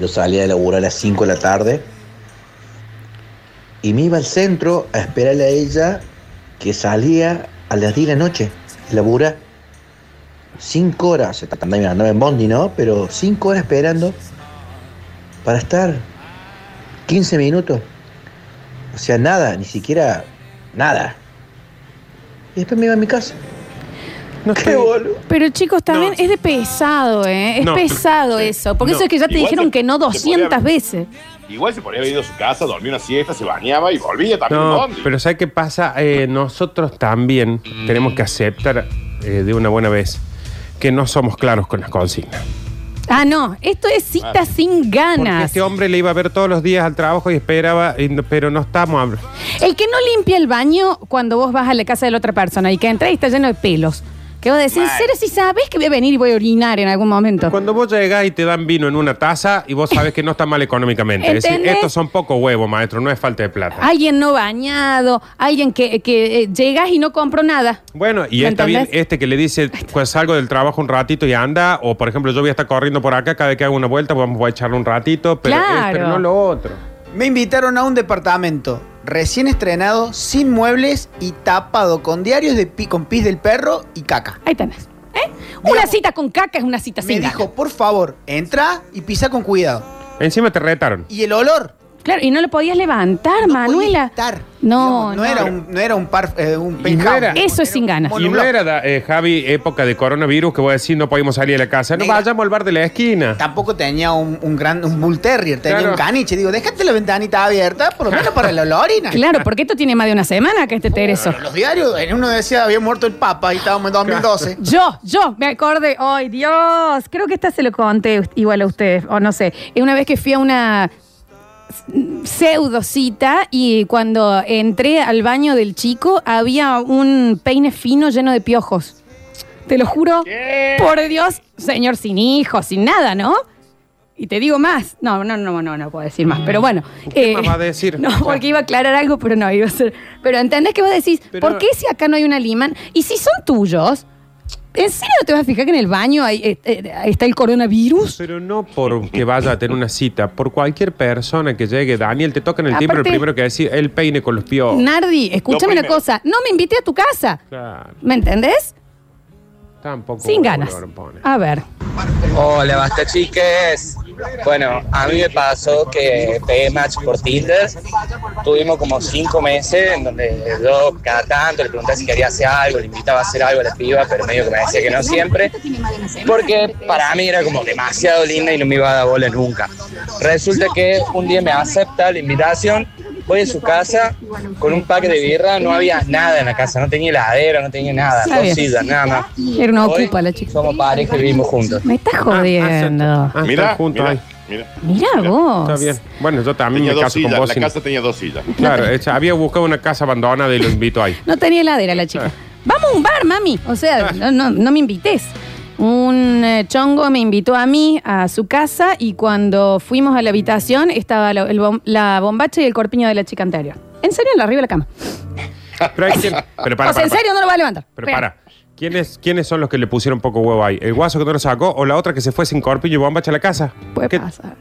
S17: yo salía de laburar a las 5 de la tarde y me iba al centro a esperarle a ella que salía a las 10 de la noche. Labura. Cinco horas, andaba andaba en Bondi, ¿no? Pero cinco horas esperando para estar 15 minutos. O sea, nada, ni siquiera nada. Y después me iba a mi casa.
S1: Qué boludo. Pero chicos, también es de pesado, ¿eh? Es
S3: No.
S1: pesado eso. Porque
S3: No.
S1: eso es que ya te
S3: Igual
S1: dijeron
S3: se-
S1: que no
S3: se podía
S1: 200
S3: haber-
S1: veces.
S3: Igual se podría haber ido a su casa, dormía una siesta, se bañaba y volvía también.
S2: No,
S3: ¿dónde?
S2: pero ¿sabes qué pasa? Eh, nosotros también tenemos que aceptar eh, de una buena vez que no somos claros con las consignas.
S1: Ah, no. Esto es cita sin
S2: Porque
S1: ganas.
S2: este hombre le iba a ver todos los días al trabajo y esperaba, y no- pero no estamos hablando.
S1: El que no limpia el baño cuando vos vas a la casa de la otra persona y que entra y está lleno de pelos. Que vos decís,
S2: Mal.
S1: ¿serio si sabes que voy a venir y voy a orinar en algún momento?
S2: Cuando vos llegás y te dan vino en una taza y vos sabes que no está mal económicamente. Es decir,
S1: ¿Entendés?
S2: estos son pocos huevos, maestro, no es falta de plata.
S1: Alguien no bañado, alguien que, que eh, llegas y no compro nada.
S2: Bueno, y
S1: ¿Me
S2: está bien
S1: entendés?
S2: este que le dice, pues salgo del trabajo un ratito y anda, o por ejemplo yo voy a estar corriendo por acá, cada vez que hago una vuelta vamos a echarle un ratito, pero, eh,
S15: Claro.
S2: pero no lo otro.
S15: Me invitaron a un departamento recién estrenado, sin muebles y tapado con diarios de pi- con pis del perro y caca.
S1: Ahí tenés. ¿eh? Una cita con caca es una cita
S15: Me
S1: sin ganas.
S15: dijo, por favor, entra y pisa con cuidado.
S2: Encima te retaron.
S15: Y el olor.
S1: Claro, y no lo podías levantar, Manuela. No, no,
S15: No era un, no era un par, eh, un
S2: Y no
S15: penthouse.
S2: era-
S1: Eso es sin ganas.
S2: Y no era, da- eh, Javi, época de coronavirus que voy a decir no podíamos salir de la casa. No
S15: Negra.
S2: vayamos al bar de la esquina.
S15: Tampoco tenía un, un gran un bull terrier, tenía
S2: Claro.
S15: un caniche. Digo, déjate la ventanita abierta, por lo menos para el olor. y nada".
S1: Claro, porque esto tiene más de una semana que este tereso.
S15: Los diarios, en uno decía había muerto el Papa y estábamos en 2012.
S1: Yo, yo, me acordé, ay Dios, creo que esta se lo conté us- igual a ustedes, o no sé. Es Una vez que fui a una pseudo cita y cuando entré al baño del chico había un peine fino lleno de piojos. Te lo juro, por Dios, señor sin hijos, sin nada, ¿no? Y te digo más, no, no, no, no, no puedo decir más, pero bueno.
S2: ¿Qué
S1: eh,
S2: más va a decir?
S1: no, porque iba a aclarar algo, pero no, iba a ser. Pero entendés que vos decís,
S2: Pero-
S1: ¿por qué si acá no hay una liman? Y si son tuyos, ¿en serio te vas a fijar que en el baño hay, eh, eh, está el coronavirus?
S2: Pero no porque vaya a tener una cita, por cualquier persona que llegue, Daniel, te tocan el timbre, el
S1: Aparte-
S2: primero que decir, el peine con los piojos.
S1: Nardi, escúchame
S2: Lo
S1: una
S2: primero.
S1: cosa, no me invité a tu casa.
S2: Claro,
S1: ¿Me entendés?
S2: tampoco.
S1: Sin ganas. A ver.
S18: Hola, basta chiques. Bueno, a mí me pasó que pegué match por Tinder. Tuvimos como cinco meses en donde yo cada tanto le preguntaba si quería hacer algo, le invitaba a hacer algo a la piba, pero medio que me decía que no siempre.
S1: este
S18: Porque para mí era como demasiado linda y no me iba a dar bola nunca. Resulta que un día me acepta la invitación, voy a su casa con un pack de birra, no había nada en la casa, no tenía heladera, no tenía nada,
S1: Está bien.
S18: dos sillas, nada más.
S1: Era una
S18: Hoy
S1: ocupa la chica.
S18: Somos pareja y vivimos juntos.
S1: Me
S2: Ah,
S1: estás jodiendo.
S2: Mira, junto Ah, ahí.
S1: Mira vos.
S2: Está bien. Bueno, yo también
S3: Tenía
S2: me
S3: dos
S2: caso
S3: sillas,
S2: con vos.
S3: la
S2: sin-
S3: casa tenía dos sillas.
S2: Claro, hecha- había buscado una casa abandonada y lo invito ahí.
S1: No tenía heladera la chica. Vamos a un bar, mami. O sea, no, no- no me invites. Un eh, chongo me invitó a mí a su casa y cuando fuimos a la habitación estaba la, el bom- la bombacha y el corpiño de la chica anterior. ¿En serio? En la arriba de la cama.
S2: Pero, hay que- pero para,
S1: o sea,
S2: para,
S1: ¿en serio? No lo va a levantar.
S2: Pero
S1: Espera.
S2: para. ¿Quiénes, ¿Quiénes son los que le pusieron poco huevo ahí? ¿El guaso que no lo sacó o la otra que se fue sin corpiño y bombacha a la casa?
S1: Puede
S2: ¿Qué-
S1: pasar.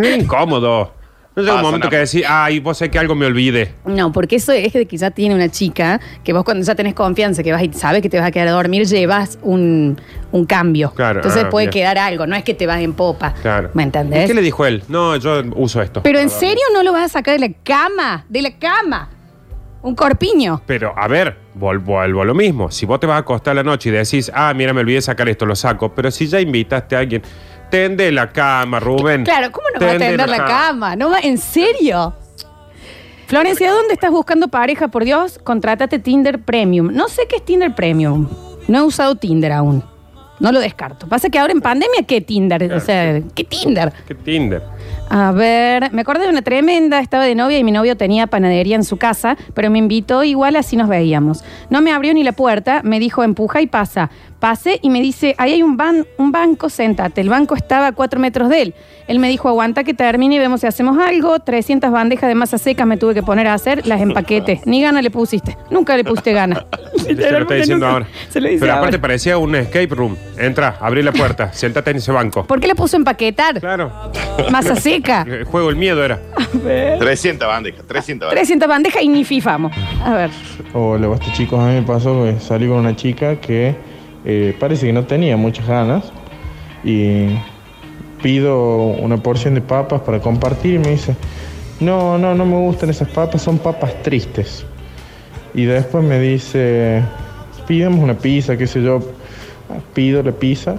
S2: qué incómodo. No llega
S3: Pasa,
S2: un momento
S3: Nardo.
S2: que decir, ay, vos sé que algo me olvide.
S1: No, porque eso es de que ya tiene una chica, que vos cuando ya tenés confianza, que vas y sabes que te vas a quedar a dormir, llevas un, un cambio.
S2: Claro,
S1: Entonces
S2: ah,
S1: puede
S2: bien.
S1: quedar algo, no es que te vas en popa.
S2: Claro.
S1: ¿Me entendés?
S2: ¿Y qué le dijo él? No, yo uso esto.
S1: Pero en serio no lo vas a sacar de la cama, de la cama. Un corpiño.
S2: Pero, a ver, vol- vuelvo a lo mismo. Si vos te vas a acostar la noche y decís, ah, mira, me olvidé sacar esto, lo saco. Pero si ya invitaste a alguien, tende la cama, Rubén.
S1: Claro, ¿cómo no vas a
S2: Tende
S1: tender la cama? ¿No va? ¿En serio? Florencia, ¿dónde estás buscando pareja? Por Dios, contrátate Tinder Premium. No sé qué es Tinder Premium. No he usado Tinder aún. No lo descarto. Pasa que ahora en pandemia, ¿qué Tinder? o sea, ¿qué Tinder?
S2: ¿Qué Tinder?
S1: A ver, me acordé de una tremenda, estaba de novia y mi novio tenía panadería en su casa, pero me invitó igual así nos veíamos. No me abrió ni la puerta, me dijo empuja y pasa. Pasé y me dice, ahí hay un, ban- un banco, sentate. El banco estaba a cuatro metros de él. Él me dijo, aguanta que termine y vemos si hacemos algo. 300 bandejas de masa secas me tuve que poner a hacer, las empaqueté. Ni gana le pusiste. Nunca le pusiste gana.
S2: Se lo está diciendo ahora.
S1: Se lo dice
S2: Pero aparte
S1: ahora.
S2: parecía un escape room. Entra, abrí la puerta, siéntate en ese banco.
S1: ¿Por qué le puso empaquetar?
S2: Claro.
S1: Masa seca.
S2: El juego el miedo era.
S3: 300 bandejas, 300 bandejas.
S1: 300 bandejas y ni fifamos. A ver.
S9: Hola, basta chicos, a mí me pasó que salí con una chica que eh, parece que no tenía muchas ganas y pido una porción de papas para compartir y me dice, no, no, no me gustan esas papas, son papas tristes. Y después me dice, pidamos una pizza, qué sé yo, pido la pizza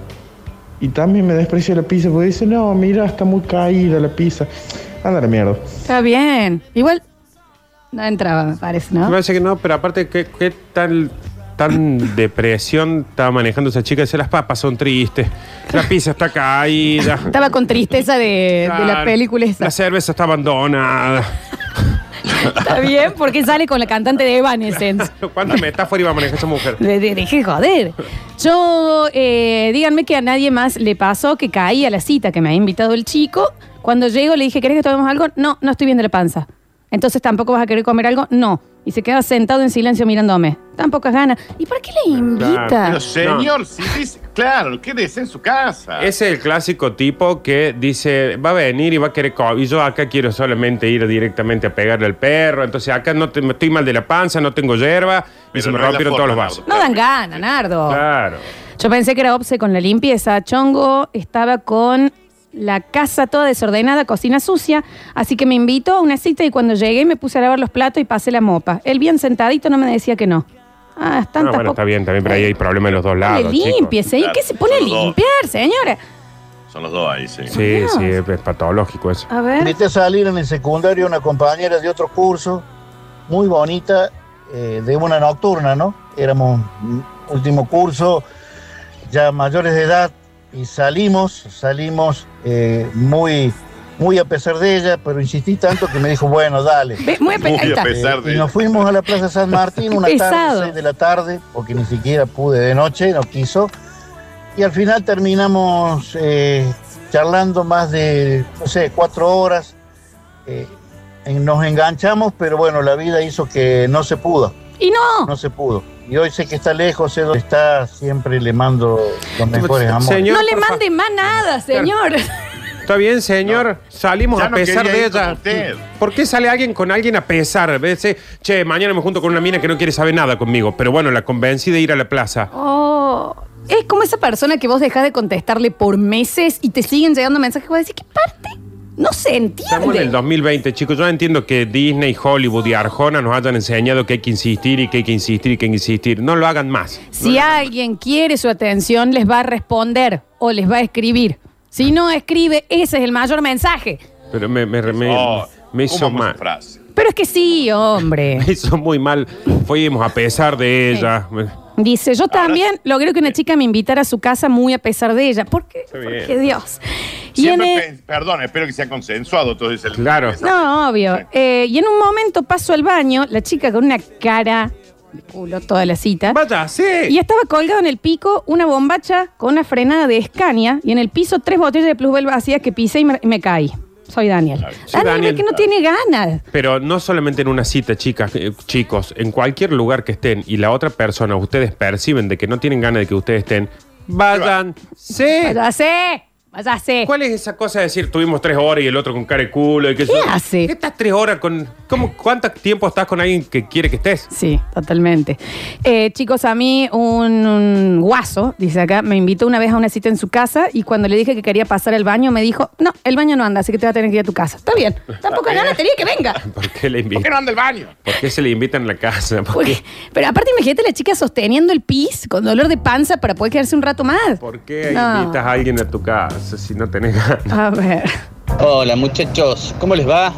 S9: y también me desprecia la pizza porque dice, no, mira, está muy caída la pizza. Anda la mierda.
S1: Está bien. Igual no entraba, me parece,
S2: Me
S1: ¿no?
S2: parece que no, pero aparte, ¿qué, qué tal, tan depresión estaba manejando esa chica? Dice, las papas son tristes, la pizza está caída,
S1: Estaba con tristeza de, de la
S2: Claro.
S1: película esa.
S2: Ah, la cerveza está abandonada.
S1: Está bien, porque sale con la cantante de Evanescence.
S2: ¿Cuánta metáfora iba a manejar esa mujer?
S1: Le de- dije, joder. Yo, eh, díganme que a nadie más le pasó que caí a la cita que me había invitado el chico. Cuando llego le dije, ¿querés que tomemos algo? No, no estoy bien de la panza. Entonces tampoco vas a querer comer algo. No. Y se queda sentado en silencio mirándome. Tan pocas ganas. ¿Y para qué le invita?
S3: Pero señor, si dice, claro, quédese en su casa.
S2: Ese es el clásico tipo que dice, va a venir y va a querer co- Y yo acá quiero solamente ir directamente a pegarle al perro. Entonces acá no te- me estoy mal de la panza, no tengo hierba y se me
S3: no es la
S2: rompieron todos los
S3: forma,
S2: vasos.
S1: No dan ganas, Nardo.
S2: Claro.
S1: Yo pensé que era obse con la limpieza. Chongo estaba con la casa toda desordenada, cocina sucia, así que me invitó a una cita y cuando llegué me puse a lavar los platos y pasé la mopa. Él bien sentadito no me decía que no. Ah,
S2: Ah,
S1: tantas
S2: bueno,
S1: po-
S2: está bien, también, pero ahí hay problemas de los dos
S1: Ponle
S2: lados.
S1: límpiese. ¿Y
S2: chicos.
S1: ¿eh? qué se pone a limpiar, señora?
S3: Son los dos ahí, sí.
S2: Sí, sí, es, es patológico eso.
S1: A ver.
S19: Viste salir en el secundario una compañera de otro curso, muy bonita, eh, de una nocturna, ¿no? Éramos mm, último curso, ya mayores de edad, y salimos, salimos eh, muy, muy a pesar de ella, pero insistí tanto que me dijo, bueno, dale.
S1: Ve, muy a pe- Muy ahí a está.
S19: Eh,
S1: pesar de
S19: Y
S1: ella.
S19: nos fuimos a la Plaza San Martín una tarde,
S1: Pesado.
S19: 6 de la tarde, porque ni siquiera pude de noche, no quiso. Y al final terminamos eh, charlando más de, no sé, cuatro horas. Eh, en- nos enganchamos, pero bueno, la vida hizo que no se pudo.
S1: Y no.
S19: No se pudo. Y hoy sé que está lejos, sé dónde está, siempre le mando los mejores amores.
S2: Señor,
S1: no le
S2: por fa-
S1: mande más nada, señor.
S2: Está bien, señor. Salimos
S1: Ya
S2: a
S1: no
S2: pesar
S1: quería
S2: de
S1: ir con
S2: ella.
S1: usted.
S2: ¿Por qué sale alguien con alguien a pesar? Veces, che, mañana me junto con una mina que no quiere saber nada conmigo. Pero bueno, la convencí de ir a la plaza.
S1: Oh, es como esa persona que vos dejás de contestarle por meses y te siguen llegando mensajes que vos decís, ¿qué parte? No se
S2: Estamos en
S1: entiende.
S2: el 2020, chicos. Yo entiendo que Disney, Hollywood y Arjona nos hayan enseñado que hay que insistir y que hay que insistir y que hay que insistir. No lo hagan más.
S1: Si alguien quiere su atención, les va a responder o les va a escribir. Si no escribe, ese es el mayor mensaje.
S2: Pero me, me, me-
S1: Oh,
S2: me hizo mal.
S1: Pero es que sí, hombre.
S2: Me hizo muy mal. Fuimos a pesar de ella.
S1: Dice, yo también logré que una chica me invitara a su casa muy a pesar de ella. ¿Por qué?
S3: bien.
S1: Porque Dios. Y en
S3: Siempre
S1: el-
S3: pe- Perdón, espero que sea consensuado todo ese. Claro.
S1: No, obvio. Eh, y en un momento paso al baño, la chica con una cara de culo toda la cita.
S2: Vaya, sí.
S1: Y estaba colgado en el pico una bombacha con una frenada de Escaña y en el piso tres botellas de Plusbel vacías que pisé y me, y me caí. Soy Daniel. Daniel,
S2: Sí, Daniel.
S1: ve que no tiene ganas.
S2: Pero no solamente en una cita, chicas, eh, chicos, en cualquier lugar que estén y la otra persona, ustedes perciben de que no tienen ganas de que ustedes estén, vayan. Sí.
S1: Váyase. Váyase.
S2: ¿Cuál es esa cosa de decir, tuvimos tres horas y el otro con cara de culo? Y que
S1: ¿Qué hace?
S2: Estas tres horas con... ¿cómo, ¿Cuánto tiempo estás con alguien que quiere que estés?
S1: Sí, totalmente. Eh, chicos, a mí un, un guaso, dice acá, me invitó una vez a una cita en su casa y cuando le dije que quería pasar al baño, me dijo, no, el baño no anda, así que te va a tener que ir a tu casa. Está bien. Tampoco hay ganas, tenía que venga.
S2: ¿Por qué le invitan?
S3: ¿Por qué no anda al baño?
S2: ¿Por qué se le invitan a la casa? ¿Por
S1: Pues,
S2: qué?
S1: Pero aparte, imagínate la chica sosteniendo el pis con dolor de panza para poder quedarse un rato más.
S2: ¿Por qué
S1: No.
S2: invitas a alguien a tu casa si no tenés ganas?
S1: A ver.
S12: Hola muchachos, ¿cómo les va?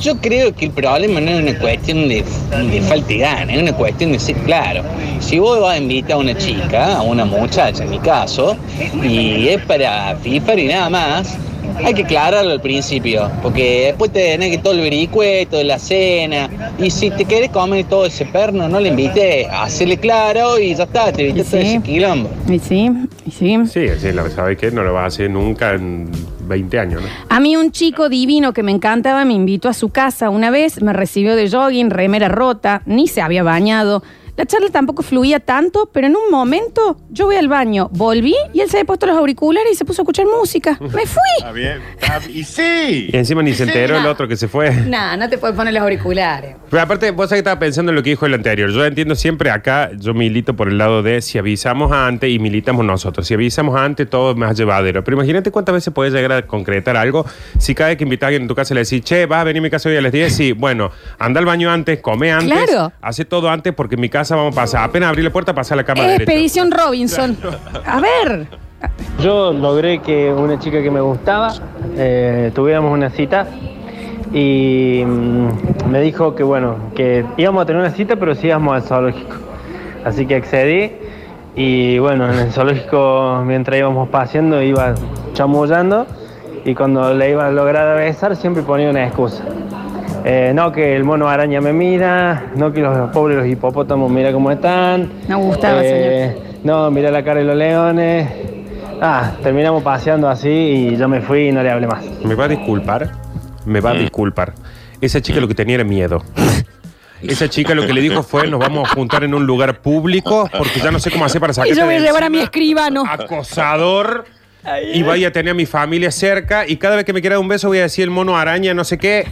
S12: Yo creo que el problema no es una cuestión de, de falta de ganas, es una cuestión de ser claro. Si vos vas a invitar a una chica, a una muchacha en mi caso, y es para FIFA y nada más, Hay que aclararlo al principio, porque después te tenés que todo el vericueto de la cena. Y si te querés comer todo ese perno, no le invites, hacele claro y ya está, te evitas todo ese quilombo.
S1: Y sí, y sí.
S2: Sí, sí, la- ¿sabes qué? No lo vas a hacer nunca en 20 años, ¿no?
S1: A mí un chico divino que me encantaba me invitó a su casa una vez, me recibió de jogging, remera rota, ni se había bañado. La charla tampoco fluía tanto, pero en un momento yo voy al baño, volví y él se había puesto los auriculares y se puso a escuchar música. ¡Me fui!
S3: Está bien. Está- Y sí.
S2: Y encima ni se enteró el
S1: no.
S2: otro que se fue.
S1: Nah, no te puedes poner los auriculares.
S2: Pero aparte, vos sabés que estaba pensando en lo que dijo el anterior. Yo entiendo siempre acá, yo milito por el lado de si avisamos antes y militamos nosotros. Si avisamos antes, todo es más llevadero. Pero imagínate cuántas veces puedes llegar a concretar algo. Si cada vez que invitas a alguien en tu casa le decís, che, vas a venir a mi casa hoy a las 10, sí, bueno, anda al baño antes, come antes,
S1: Claro.
S2: hace todo antes porque en mi casa vamos a pasar. Apenas abrí la puerta, pasa a la cama
S1: Es
S2: derecha.
S1: Expedición Robinson. A ver.
S20: Yo logré que una chica que me gustaba eh, tuviéramos una cita y mm, me dijo que bueno, que íbamos a tener una cita pero sí íbamos al zoológico. Así que accedí y bueno, en el zoológico mientras íbamos paseando iba chamullando y cuando le iba a lograr besar siempre ponía una excusa. Eh, no que el mono araña me mira, no que los, pobres los hipopótamos mira cómo están.
S1: No gustaba,
S20: Eh, No, mira la cara de los leones. Ah, terminamos paseando así y yo me fui y no le hablé más.
S2: Me va a disculpar, me va a disculpar. Esa chica lo que tenía era miedo. Esa chica lo que le dijo fue, nos vamos a juntar en un lugar público porque ya no sé cómo hacer para
S1: Y
S2: sacarte
S1: yo voy a
S2: de
S1: llevar a mi escribano.
S2: acosador y vaya a tener a mi familia cerca y cada vez que me quiera dar un beso voy a decir el mono araña, no sé qué.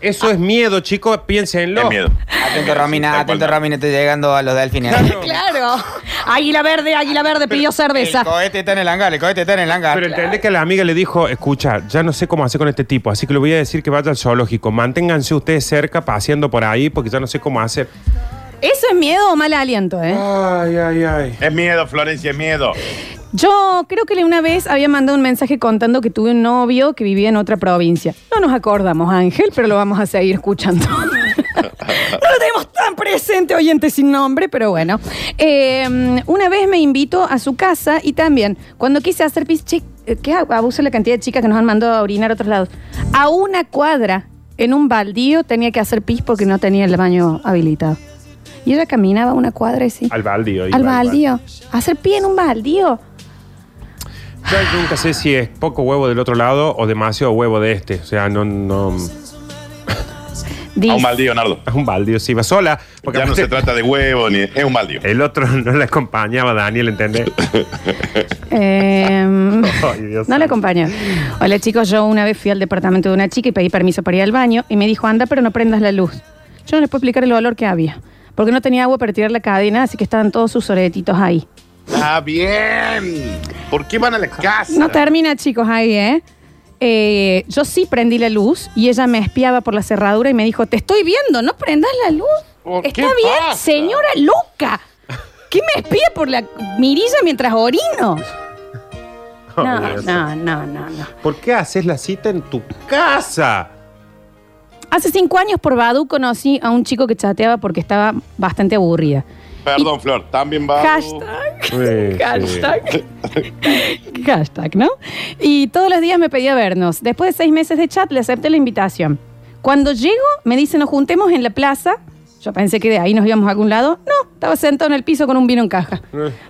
S2: Eso es miedo, chicos, piénsenlo. Es miedo.
S15: Atento, Romina, atento, Romina, estoy llegando a los delfines.
S1: Claro. Águila verde, águila verde, pidió cerveza.
S15: El cohete Este está en el hangar, el cohete está en el hangar.
S2: Pero entendés que la amiga le dijo, escucha, ya no sé cómo hacer con este tipo, así que le voy a decir que vaya al zoológico. Manténganse ustedes cerca paseando por ahí porque ya no sé cómo hacer.
S1: ¿Eso es miedo o mal aliento, eh?
S2: Ay, ay, ay.
S3: Es miedo, Florencia, es miedo.
S1: Yo creo que una vez había mandado un mensaje contando que tuve un novio que vivía en otra provincia. No nos acordamos, Ángel, pero lo vamos a seguir escuchando. no lo tenemos tan presente, oyente sin nombre, pero bueno. Eh, una vez me invitó a su casa y también, cuando quise hacer pis, che, eh, qué abuso la cantidad de chicas que nos han mandado a orinar a otros lados. A una cuadra, en un baldío, tenía que hacer pis porque no tenía el baño habilitado. Y ella caminaba una cuadra y sí.
S2: Al baldío. Ah, iba
S1: Al baldío. Hacer pie en un baldío.
S2: Yo nunca sé si es poco huevo del otro lado o demasiado huevo de este. O sea, no. no...
S1: Dice- A un
S3: baldío, Nardo.
S2: A un baldío, sí, va sola. Porque
S3: Ya no se trata de huevo, ni es un baldío.
S2: El otro no le acompañaba, Daniel, ¿entendés?
S1: Em,
S2: Ay, Dios
S1: no le
S2: santo.
S1: acompañó. Hola chicos, yo una vez fui al departamento de una chica y pedí permiso para ir al baño y me dijo, anda, pero no prendas la luz. Yo no les puedo explicar el olor que había, porque no tenía agua para tirar la cadena, así que estaban todos sus oretitos ahí.
S3: Está bien. ¿Por qué van a la casa?
S1: No termina chicos ahí, ¿eh? Eh, Yo sí prendí la luz y ella me espiaba por la cerradura y me dijo, te estoy viendo, no prendas la luz.
S2: Oh,
S1: Está
S5: qué
S1: bien,
S5: pasa?
S1: señora loca. ¿Qué me espía por la mirilla mientras orino? No,
S2: Ay, Dios.
S1: no, no, no, no.
S2: ¿Por qué haces la cita en tu casa?
S1: Hace cinco años por Badu conocí a un chico que chateaba porque estaba bastante aburrida.
S3: Perdón, Flor, también va.
S1: Hashtag,
S3: sí.
S1: hashtag, hashtag, ¿no? Y todos los días me pedía vernos. Después de seis meses de chat le acepté la invitación. Cuando llego me dice nos juntemos en la plaza. Yo pensé que de ahí nos íbamos a algún lado. No, estaba sentado en el piso con un vino en caja.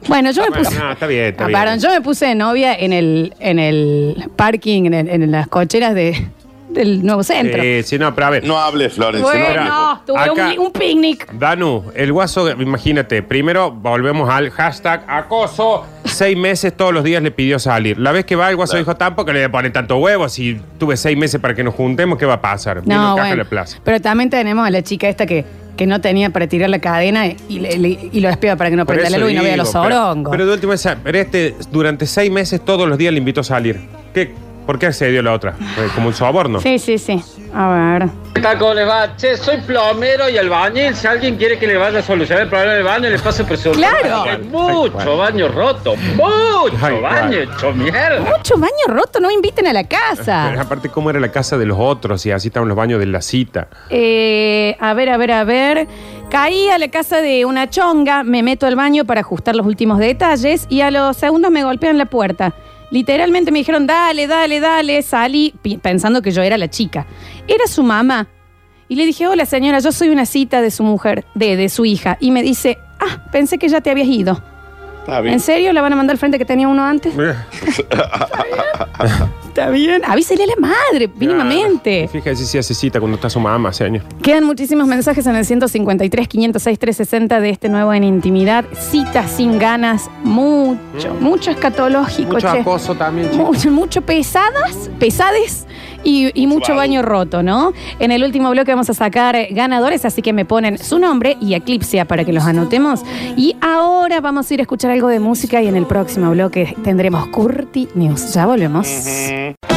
S1: Bueno, yo me puse...
S2: No, está bien, Eh. está
S1: Ah,
S2: bien.
S1: perdón, yo me puse de novia en el, en el parking, en, el- en las cocheras de- del nuevo centro.
S2: Sí, sí, no, pero a ver.
S3: No hable, Florencia.
S1: Bueno, tuve un- un picnic.
S2: Danu, el guaso, imagínate, primero volvemos al hashtag acoso. Seis meses todos los días le pidió salir. La vez que va, el guaso dijo tampoco le voy a poner tanto huevo. Si tuve seis meses para que nos juntemos, ¿qué va a pasar? Vino
S1: No,
S2: en caja
S1: bueno.
S2: a la plaza.
S1: Pero también tenemos a la chica esta que, que no tenía para tirar la cadena y, le- le- y lo espiaba para que no
S2: Por
S1: prenda la
S2: eso
S1: luz y no vea
S2: digo,
S1: los
S2: pero-
S1: orongos.
S2: Pero, de última vez, pero este, durante seis meses todos los días le invitó a salir. ¿Qué? ¿Por qué accedió la otra? Eh, Como un soborno.
S1: Sí, sí, sí. A ver.
S20: ¿Qué tal, cómo les va? Che, soy plomero y albañil. Si alguien quiere que le vaya a solucionar el problema del baño, le paso por su...
S1: ¡Claro!
S20: Hay mucho baño roto, mucho
S2: Ay,
S20: baño hecho mierda.
S1: Mucho baño roto, no me inviten a la
S2: Pero
S1: casa.
S2: aparte, ¿cómo era la casa de los otros? Y así estaban los baños de la cita.
S1: Eh, a ver, a ver, a ver. Caí a la casa de una chonga, me meto al baño para ajustar los últimos detalles y a los segundos me golpean la puerta. Literalmente me dijeron, dale, dale, dale, salí, pi- pensando que yo era la chica. Era su mamá. Y le dije, hola señora, yo soy una cita de su mujer, de, de su hija. Y me dice, ah, pensé que ya te habías ido.
S3: Está bien.
S1: ¿En serio? ¿La van a mandar al frente que tenía uno antes? Está bien. Avísele a la madre, mínimamente.
S2: Fíjese si hace cita cuando está su mamá hace años.
S1: Quedan muchísimos mensajes en el 153, 506, 360 de este nuevo en intimidad. Citas sin ganas, mucho, mucho escatológico.
S2: Mm. Mucho
S1: che.
S2: acoso también, chicos.
S1: Mucho, mucho pesadas, pesades y, y mucho baño roto, ¿no? En el último bloque vamos a sacar eh, ganadores, así que me ponen su nombre y Eclipsia para que los anotemos. Y ahora vamos a ir a escuchar algo de música y en el próximo bloque tendremos Curti News. Ya volvemos.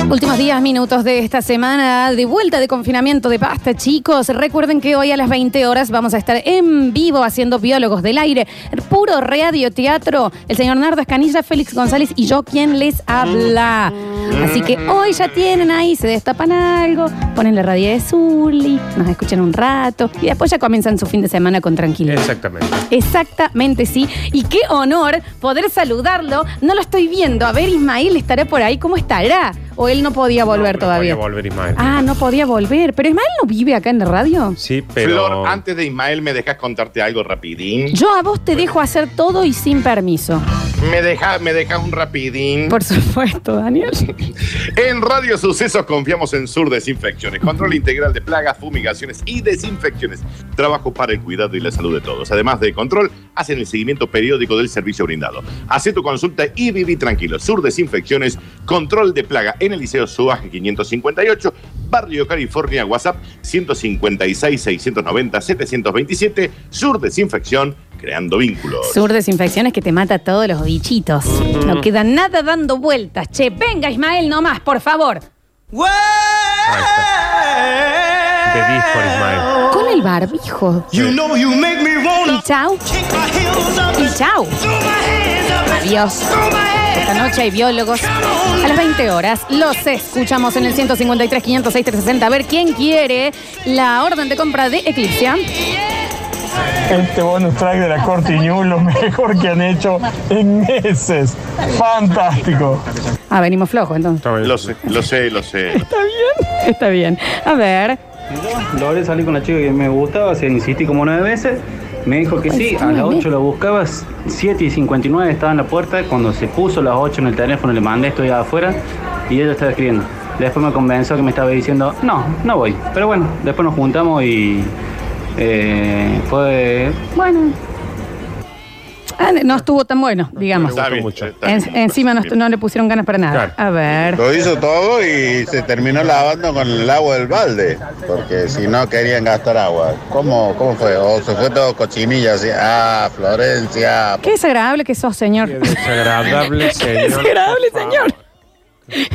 S1: Últimos días, minutos de esta semana de vuelta de confinamiento de pasta, chicos. Recuerden que hoy a las 20 horas vamos a estar en vivo haciendo Biólogos del Aire, puro radioteatro. El señor Nardo Escanilla, Félix González y yo, quien les habla. Así que hoy ya tienen ahí, se destapan algo, ponen la radio de Zully, nos escuchan un rato y después ya comienzan su fin de semana con tranquilidad.
S2: Exactamente.
S1: Exactamente, sí. Y qué honor poder saludarlo. No lo estoy viendo. A ver, Ismael estará por ahí. ¿Cómo estará? ¿O él no podía volver
S2: Voy a
S1: todavía?
S2: volver, Ismael.
S1: ah, no podía volver. Pero Ismael no vive acá en la radio.
S2: Sí, pero.
S3: Flor, antes de Ismael, ¿me dejas contarte algo rapidín?
S1: Yo a vos te dejo hacer todo y sin permiso.
S3: Me dejas me dejas un rapidín.
S1: Por supuesto, Daniel.
S3: En Radio Sucesos confiamos en Sur Desinfecciones, control integral de plagas, fumigaciones y desinfecciones. Trabajo para el cuidado y la salud de todos. Además de control, hacen el seguimiento periódico del servicio brindado. Hacé tu consulta y viví tranquilo. Sur Desinfecciones, control de plaga en el Liceo Suaje 558, Barrio California, WhatsApp 156 690 727, Sur Desinfección, creando vínculos.
S1: Sur desinfecciones que te mata a todos los bichitos. No queda nada dando vueltas. Che, venga Ismael nomás, por favor.
S2: Te dijo Ismael.
S1: Con el barbijo.
S2: You
S1: Y chau. Y chau. Adiós. Esta noche hay biólogos. A las 20 horas los escuchamos en el 153, 506, 360. A ver quién quiere la orden de compra de Eclipse.
S9: Este bonus track de la Cortiñú, lo mejor que han hecho en meses. Fantástico.
S1: Ah, venimos flojos entonces.
S3: Lo sé, lo sé, lo sé.
S1: Está bien. A ver.
S21: Lore salí con la chica que me gustaba, se insistí como nueve veces. Me dijo que sí, a las 8 la buscaba, 7 y 59 estaba en la puerta. Cuando se puso las 8 en el teléfono, le mandé, estoy afuera, y ella estaba escribiendo. Después me convenció que me estaba diciendo, no, no voy. Pero bueno, después nos juntamos y eh, fue
S1: Bueno. Ah, no estuvo tan bueno, digamos. En- encima no, estu- no le pusieron ganas para nada. A ver.
S22: Lo hizo todo y se terminó lavando con el agua del balde, porque si no querían gastar agua. ¿Cómo, cómo fue? O se fue todo cochinilla, así, ah, Florencia.
S1: Qué desagradable que sos, señor.
S2: Desagradable, señor.
S1: desagradable,
S2: Por
S1: señor.
S2: favor.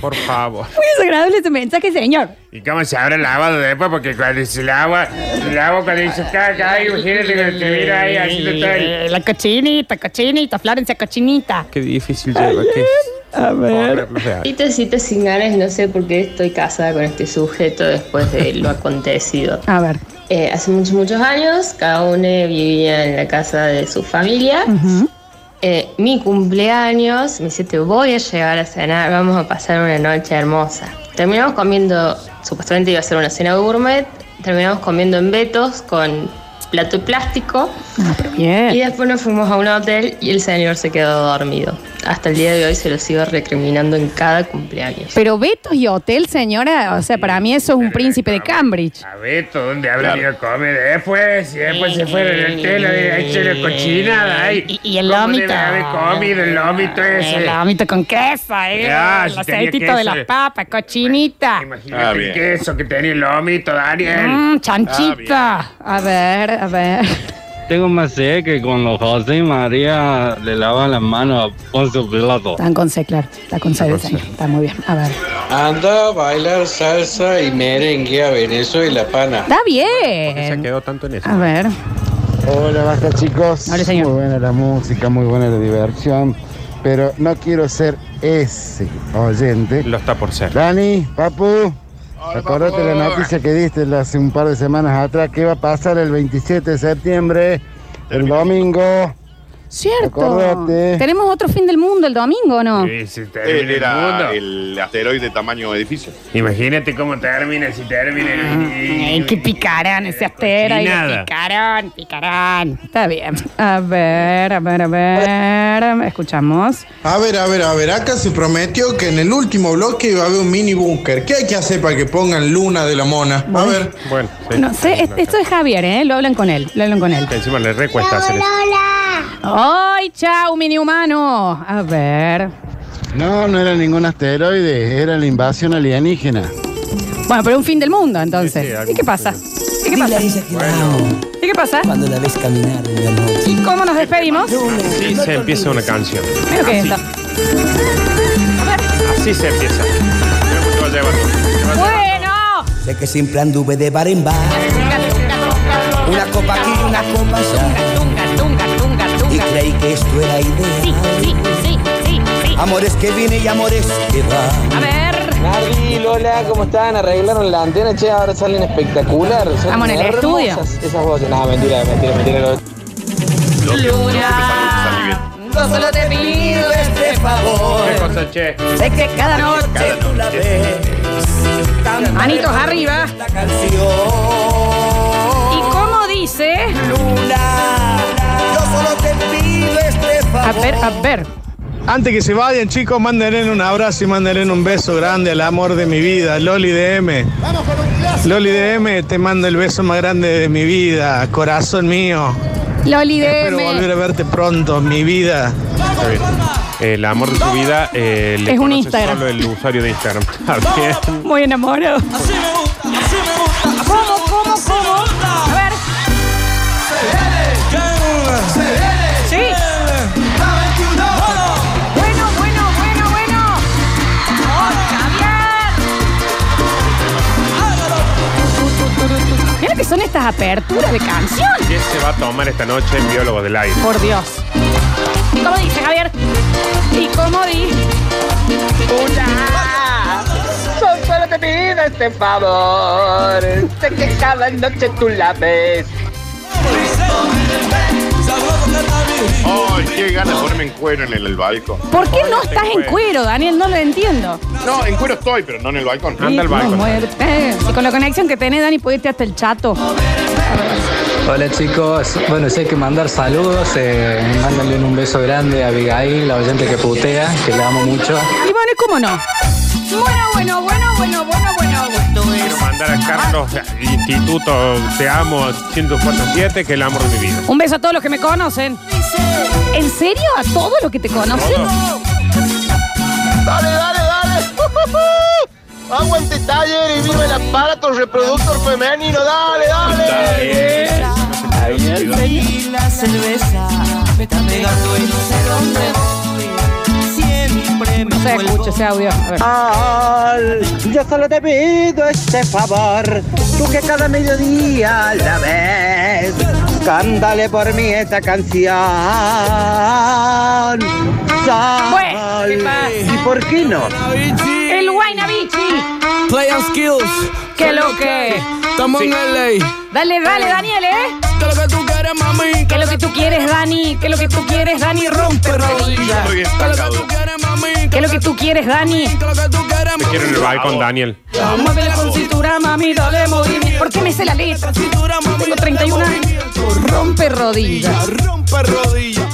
S2: Por favor.
S1: Muy desagradable este mensaje, señor.
S2: ¿Y cómo se abre el lavado después? Porque cuando se lava, el agua cuando dice caca, ay, imagínate que te pues, mira ahí haciendo todo el...
S1: eh, La cochinita, cochinita, Florencia, cochinita.
S2: Qué difícil lleva, qué...
S1: A ver.
S23: Cita, cita sin ganas, no sé por qué estoy casada con este sujeto después de lo acontecido.
S1: A ver.
S23: Eh, hace muchos, muchos años, cada uno vivía en la casa de su familia. Eh, mi cumpleaños, me dice, te voy a llevar a cenar, vamos a pasar una noche hermosa. Terminamos comiendo, supuestamente iba a ser una cena gourmet, terminamos comiendo en Betos con plato de plástico. Y después nos fuimos a un hotel y el señor se quedó dormido. Hasta el día de hoy se lo sigo recriminando en cada cumpleaños.
S1: Pero Betos y Hotel, señora, o sea, para mí eso es un príncipe de Cambridge.
S2: A ver, ¿tú ¿dónde habrá ido a comer después? Y después se fueron en el telo y ahí se le cochinada ahí.
S1: Y, y el
S2: ¿Cómo
S1: lómito.
S2: debe haber comido el lómito ese?
S1: El lómito con queso, eh.
S2: Ya,
S1: el
S2: si tenía
S1: aceitito
S2: queso.
S1: de las papas, cochinita.
S2: Imagínate Ah,
S3: Ah,
S2: el
S3: bien.
S2: queso que tenía el lomito, Daniel.
S1: Mm, chanchita.
S2: Ah,
S1: a ver, a ver.
S24: Tengo más sed que con los José y María le lavan las manos a Poncio Pilato.
S1: Están con C, claro. Está con C del señor. Está muy bien. A ver.
S25: Anda a bailar salsa y merengue a Venezuela, pana.
S1: Está bien.
S25: quedó tanto en eso.
S1: A ver.
S26: Hola, basta chicos. Muy buena la música, muy buena la diversión. Pero no quiero ser ese oyente. Lo
S2: está por ser.
S26: Dani, Papu, acordate la noticia que diste hace un par de semanas atrás que iba a pasar el 27 de septiembre, el domingo.
S1: Cierto.
S2: Eh.
S3: Acordate.
S1: Tenemos otro fin del mundo el domingo, ¿o no?
S3: Él era el asteroide tamaño edificio.
S2: Imagínate cómo termina si termina.
S1: Ay, que picarán ese asteroide.
S2: Nada.
S1: Picarán, picarán. Está bien. A ver, a ver, a ver. Escuchamos.
S9: A ver, a ver, a ver, acá se prometió que en el último bloque iba a haber un mini búnker. ¿Qué hay que hacer para que pongan luna de la mona? A ver.
S2: Bueno,
S1: Pues, No sé, es- esto es Javier, ¿eh? Lo hablan con él. Lo hablan con él.
S2: Encima le recuesta hacer eso.
S1: ¡Ay, chao, mini humano! A ver.
S27: No, no era ningún asteroide, era la invasión alienígena.
S1: Bueno, pero un fin del mundo, entonces. ¿Y qué pasa? ¿Y qué pasa? ¿Y qué pasa?
S28: Cuando la ves caminar en la noche.
S1: ¿Y cómo nos despedimos?
S2: Así se empieza una canción.
S1: Mira que
S2: Así,
S1: esto.
S2: así se empieza. Mira cómo te va llevando.
S1: Bueno.
S28: Sé que siempre anduve de bar en bar. Una copa aquí y una copa allá. Y creí que esto era ideal. Amores que vienen y amores que van.
S1: A ver.
S16: Nardi, Lola, ¿cómo están? Arreglaron la antena, che, ahora salen espectacular. Son
S1: Estamos en el
S16: hermosas Esas voces, no, mentira, mentira, mentira.
S1: Luna, yo solo te pido este favor.
S2: ¿Qué cosa, che?
S1: Sé que cada noche tú la ves. Manitos arriba. ¿Y cómo dice? Luna, yo solo te pido este favor. A ver, a ver.
S12: Antes que se vayan, chicos, mándenle un abrazo y mándenle un beso grande al amor de mi vida, Loli DM. Loli DM, te mando el beso más grande de mi vida, corazón mío.
S1: Loli
S12: Espero volver
S1: DM.
S12: a verte pronto, mi vida.
S2: Está bien. El amor de su vida eh, le
S1: Es un
S2: conoce
S1: Instagram.
S2: solo el usuario de Instagram. Está bien.
S1: Muy enamorado. ¿Cómo, cómo, cómo? A ver. Sí. Bueno, bueno, bueno, bueno. Oh, Javier. Mira que son estas aperturas de canción.
S2: ¿Qué se va a tomar esta noche en Biólogo del Aire?
S1: Por Dios. ¿Y cómo dice Javier? ¿Y cómo dice?
S16: Hola, yo solo te pido este favor. Sé que cada noche tú la ves.
S3: ¡Ay, qué ganas de ponerme en cuero en el, el balcón!
S1: ¿Por qué no estás en cuero, Daniel? No lo entiendo.
S3: No, en cuero estoy, pero no en el balcón.
S1: Ritmo, muerte. Y con la conexión que tenés, Dani, puedes irte hasta el chato.
S20: Hola chicos, bueno, si hay que mandar saludos, eh, mándenle un beso grande a Abigail, la oyente que putea, que la amo mucho.
S1: Y bueno, ¿cómo no? Bueno, bueno, bueno, bueno, bueno, bueno.
S2: Quiero mandar a Carlos Instituto Te Amo 1047, que es el amor de mi vida.
S1: Un beso a todos los que me conocen. ¿En serio? ¿A todos los que te conocen?
S26: Dale, dale, dale. Aguante taller y viva el aparato reproductor femenino. Dale, dale.
S5: Y la cerveza me está pegando y no sé dónde voy. Siempre me
S1: No se escucha ese audio. A ver.
S5: yo solo te pido este favor.
S20: Tú que cada mediodía la ves, cándale por mí esta canción.
S1: Pues, ¿qué pasa?
S20: ¿Y por qué no?
S1: El Guaynabichi.
S5: Play on skills.
S1: ¿Qué lo que?
S5: Estamos en LA.
S1: Dale, dale, Daniel, ¿eh? ¿Qué es lo que tú quieres, mami? ¿Qué es lo que tú quieres, Dani? ¿Qué es lo que tú quieres, Dani? Rompe rodillas.
S3: Estoy estancado.
S1: ¿Qué es lo que tú quieres, Dani?
S2: Te quiero en el balcón, Daniel.
S1: Muévele con cintura, mami, dale movimiento. ¿Por qué me sé la letra? Tengo 31 años. Rompe rodillas.
S5: Rompe rodillas.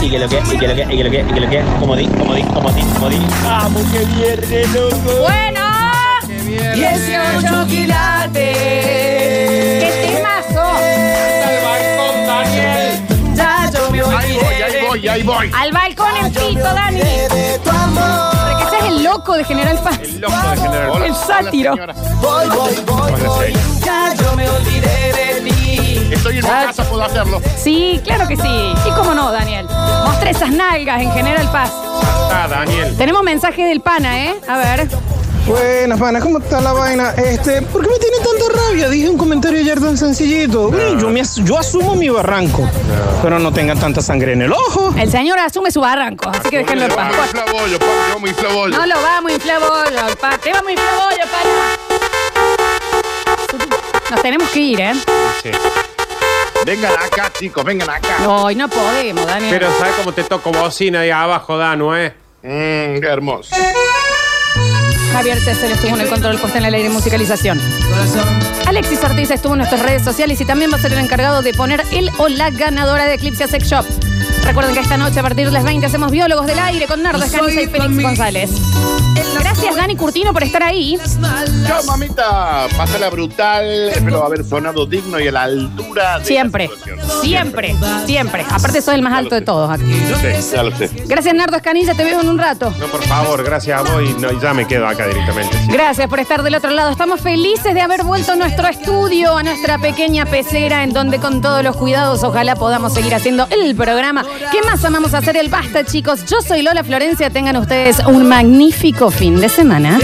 S20: Y que lo que, y que lo que, y que lo que, y que lo que, como di, como di, como di, como di.
S5: Vamos, que viernes, loco.
S1: Bueno.
S5: 18 quilates. ¡Qué
S1: temazo!
S5: Al balcón, Daniel. Ya llovió.
S3: Ahí voy, ahí voy, ahí voy.
S1: Al balcón el pito, Dani. Para que seas el loco de General Paz. El
S2: loco de General Paz.
S1: El sátiro.
S5: Voy, voy, voy, voy. Ya yo me olvidé de ti.
S3: Estoy en mi
S1: Ah.
S3: casa, puedo hacerlo.
S1: Sí, claro que sí. ¿Y cómo no, Daniel? Mostra esas nalgas en General Paz.
S2: Está, Daniel.
S1: Tenemos mensaje del pana, ¿eh? A ver.
S12: Buenas, panas, ¿cómo está la vaina? Este, ¿por qué me tiene tanta rabia? Dije un comentario ayer tan sencillito. Bueno, yo, me as- yo asumo mi barranco, pero no tengan tanta sangre en el ojo.
S1: El señor asume su barranco, así que déjenlo en paz.
S3: Inflabollo, pa, vamos, inflabollo.
S1: No lo vamos a inflar bollo, pa. Te vamos a inflar bollo,
S3: Ah.
S1: pana. Nos tenemos que ir, ¿eh?
S2: Sí.
S3: Vengan acá, chicos, vengan acá.
S1: Ay, no podemos, Daniel.
S2: Pero ¿sabes cómo te toco bocina ahí abajo, Danu, eh?
S3: Mmm, qué hermoso.
S1: Javier César estuvo en el control puesto en el aire y musicalización. Alexis Ortiz estuvo en nuestras redes sociales y también va a ser el encargado de poner el o la ganadora de Eclipse Sex Shop. Recuerden que esta noche a partir de las 20 hacemos Biólogos del Aire con Nardo Escanilla y Félix González. Gracias Dani Curtino por estar ahí.
S3: Chao, mamita. Pásala brutal. Espero haber sonado digno y a la altura de.
S1: Siempre, siempre, siempre. Aparte soy el más alto de todos aquí.
S3: Sí, ya lo sé.
S1: Gracias Nardo Escanilla, te veo en un rato.
S2: No, por favor, gracias a vos y no, ya me quedo acá directamente.
S1: Gracias por estar del otro lado. Estamos felices de haber vuelto a nuestro estudio, a nuestra pequeña pecera, en donde con todos los cuidados ojalá podamos seguir haciendo el programa. ¿Qué más amamos hacer el basta, chicos? Yo soy Lola Florencia. Tengan ustedes un magnífico fin de semana.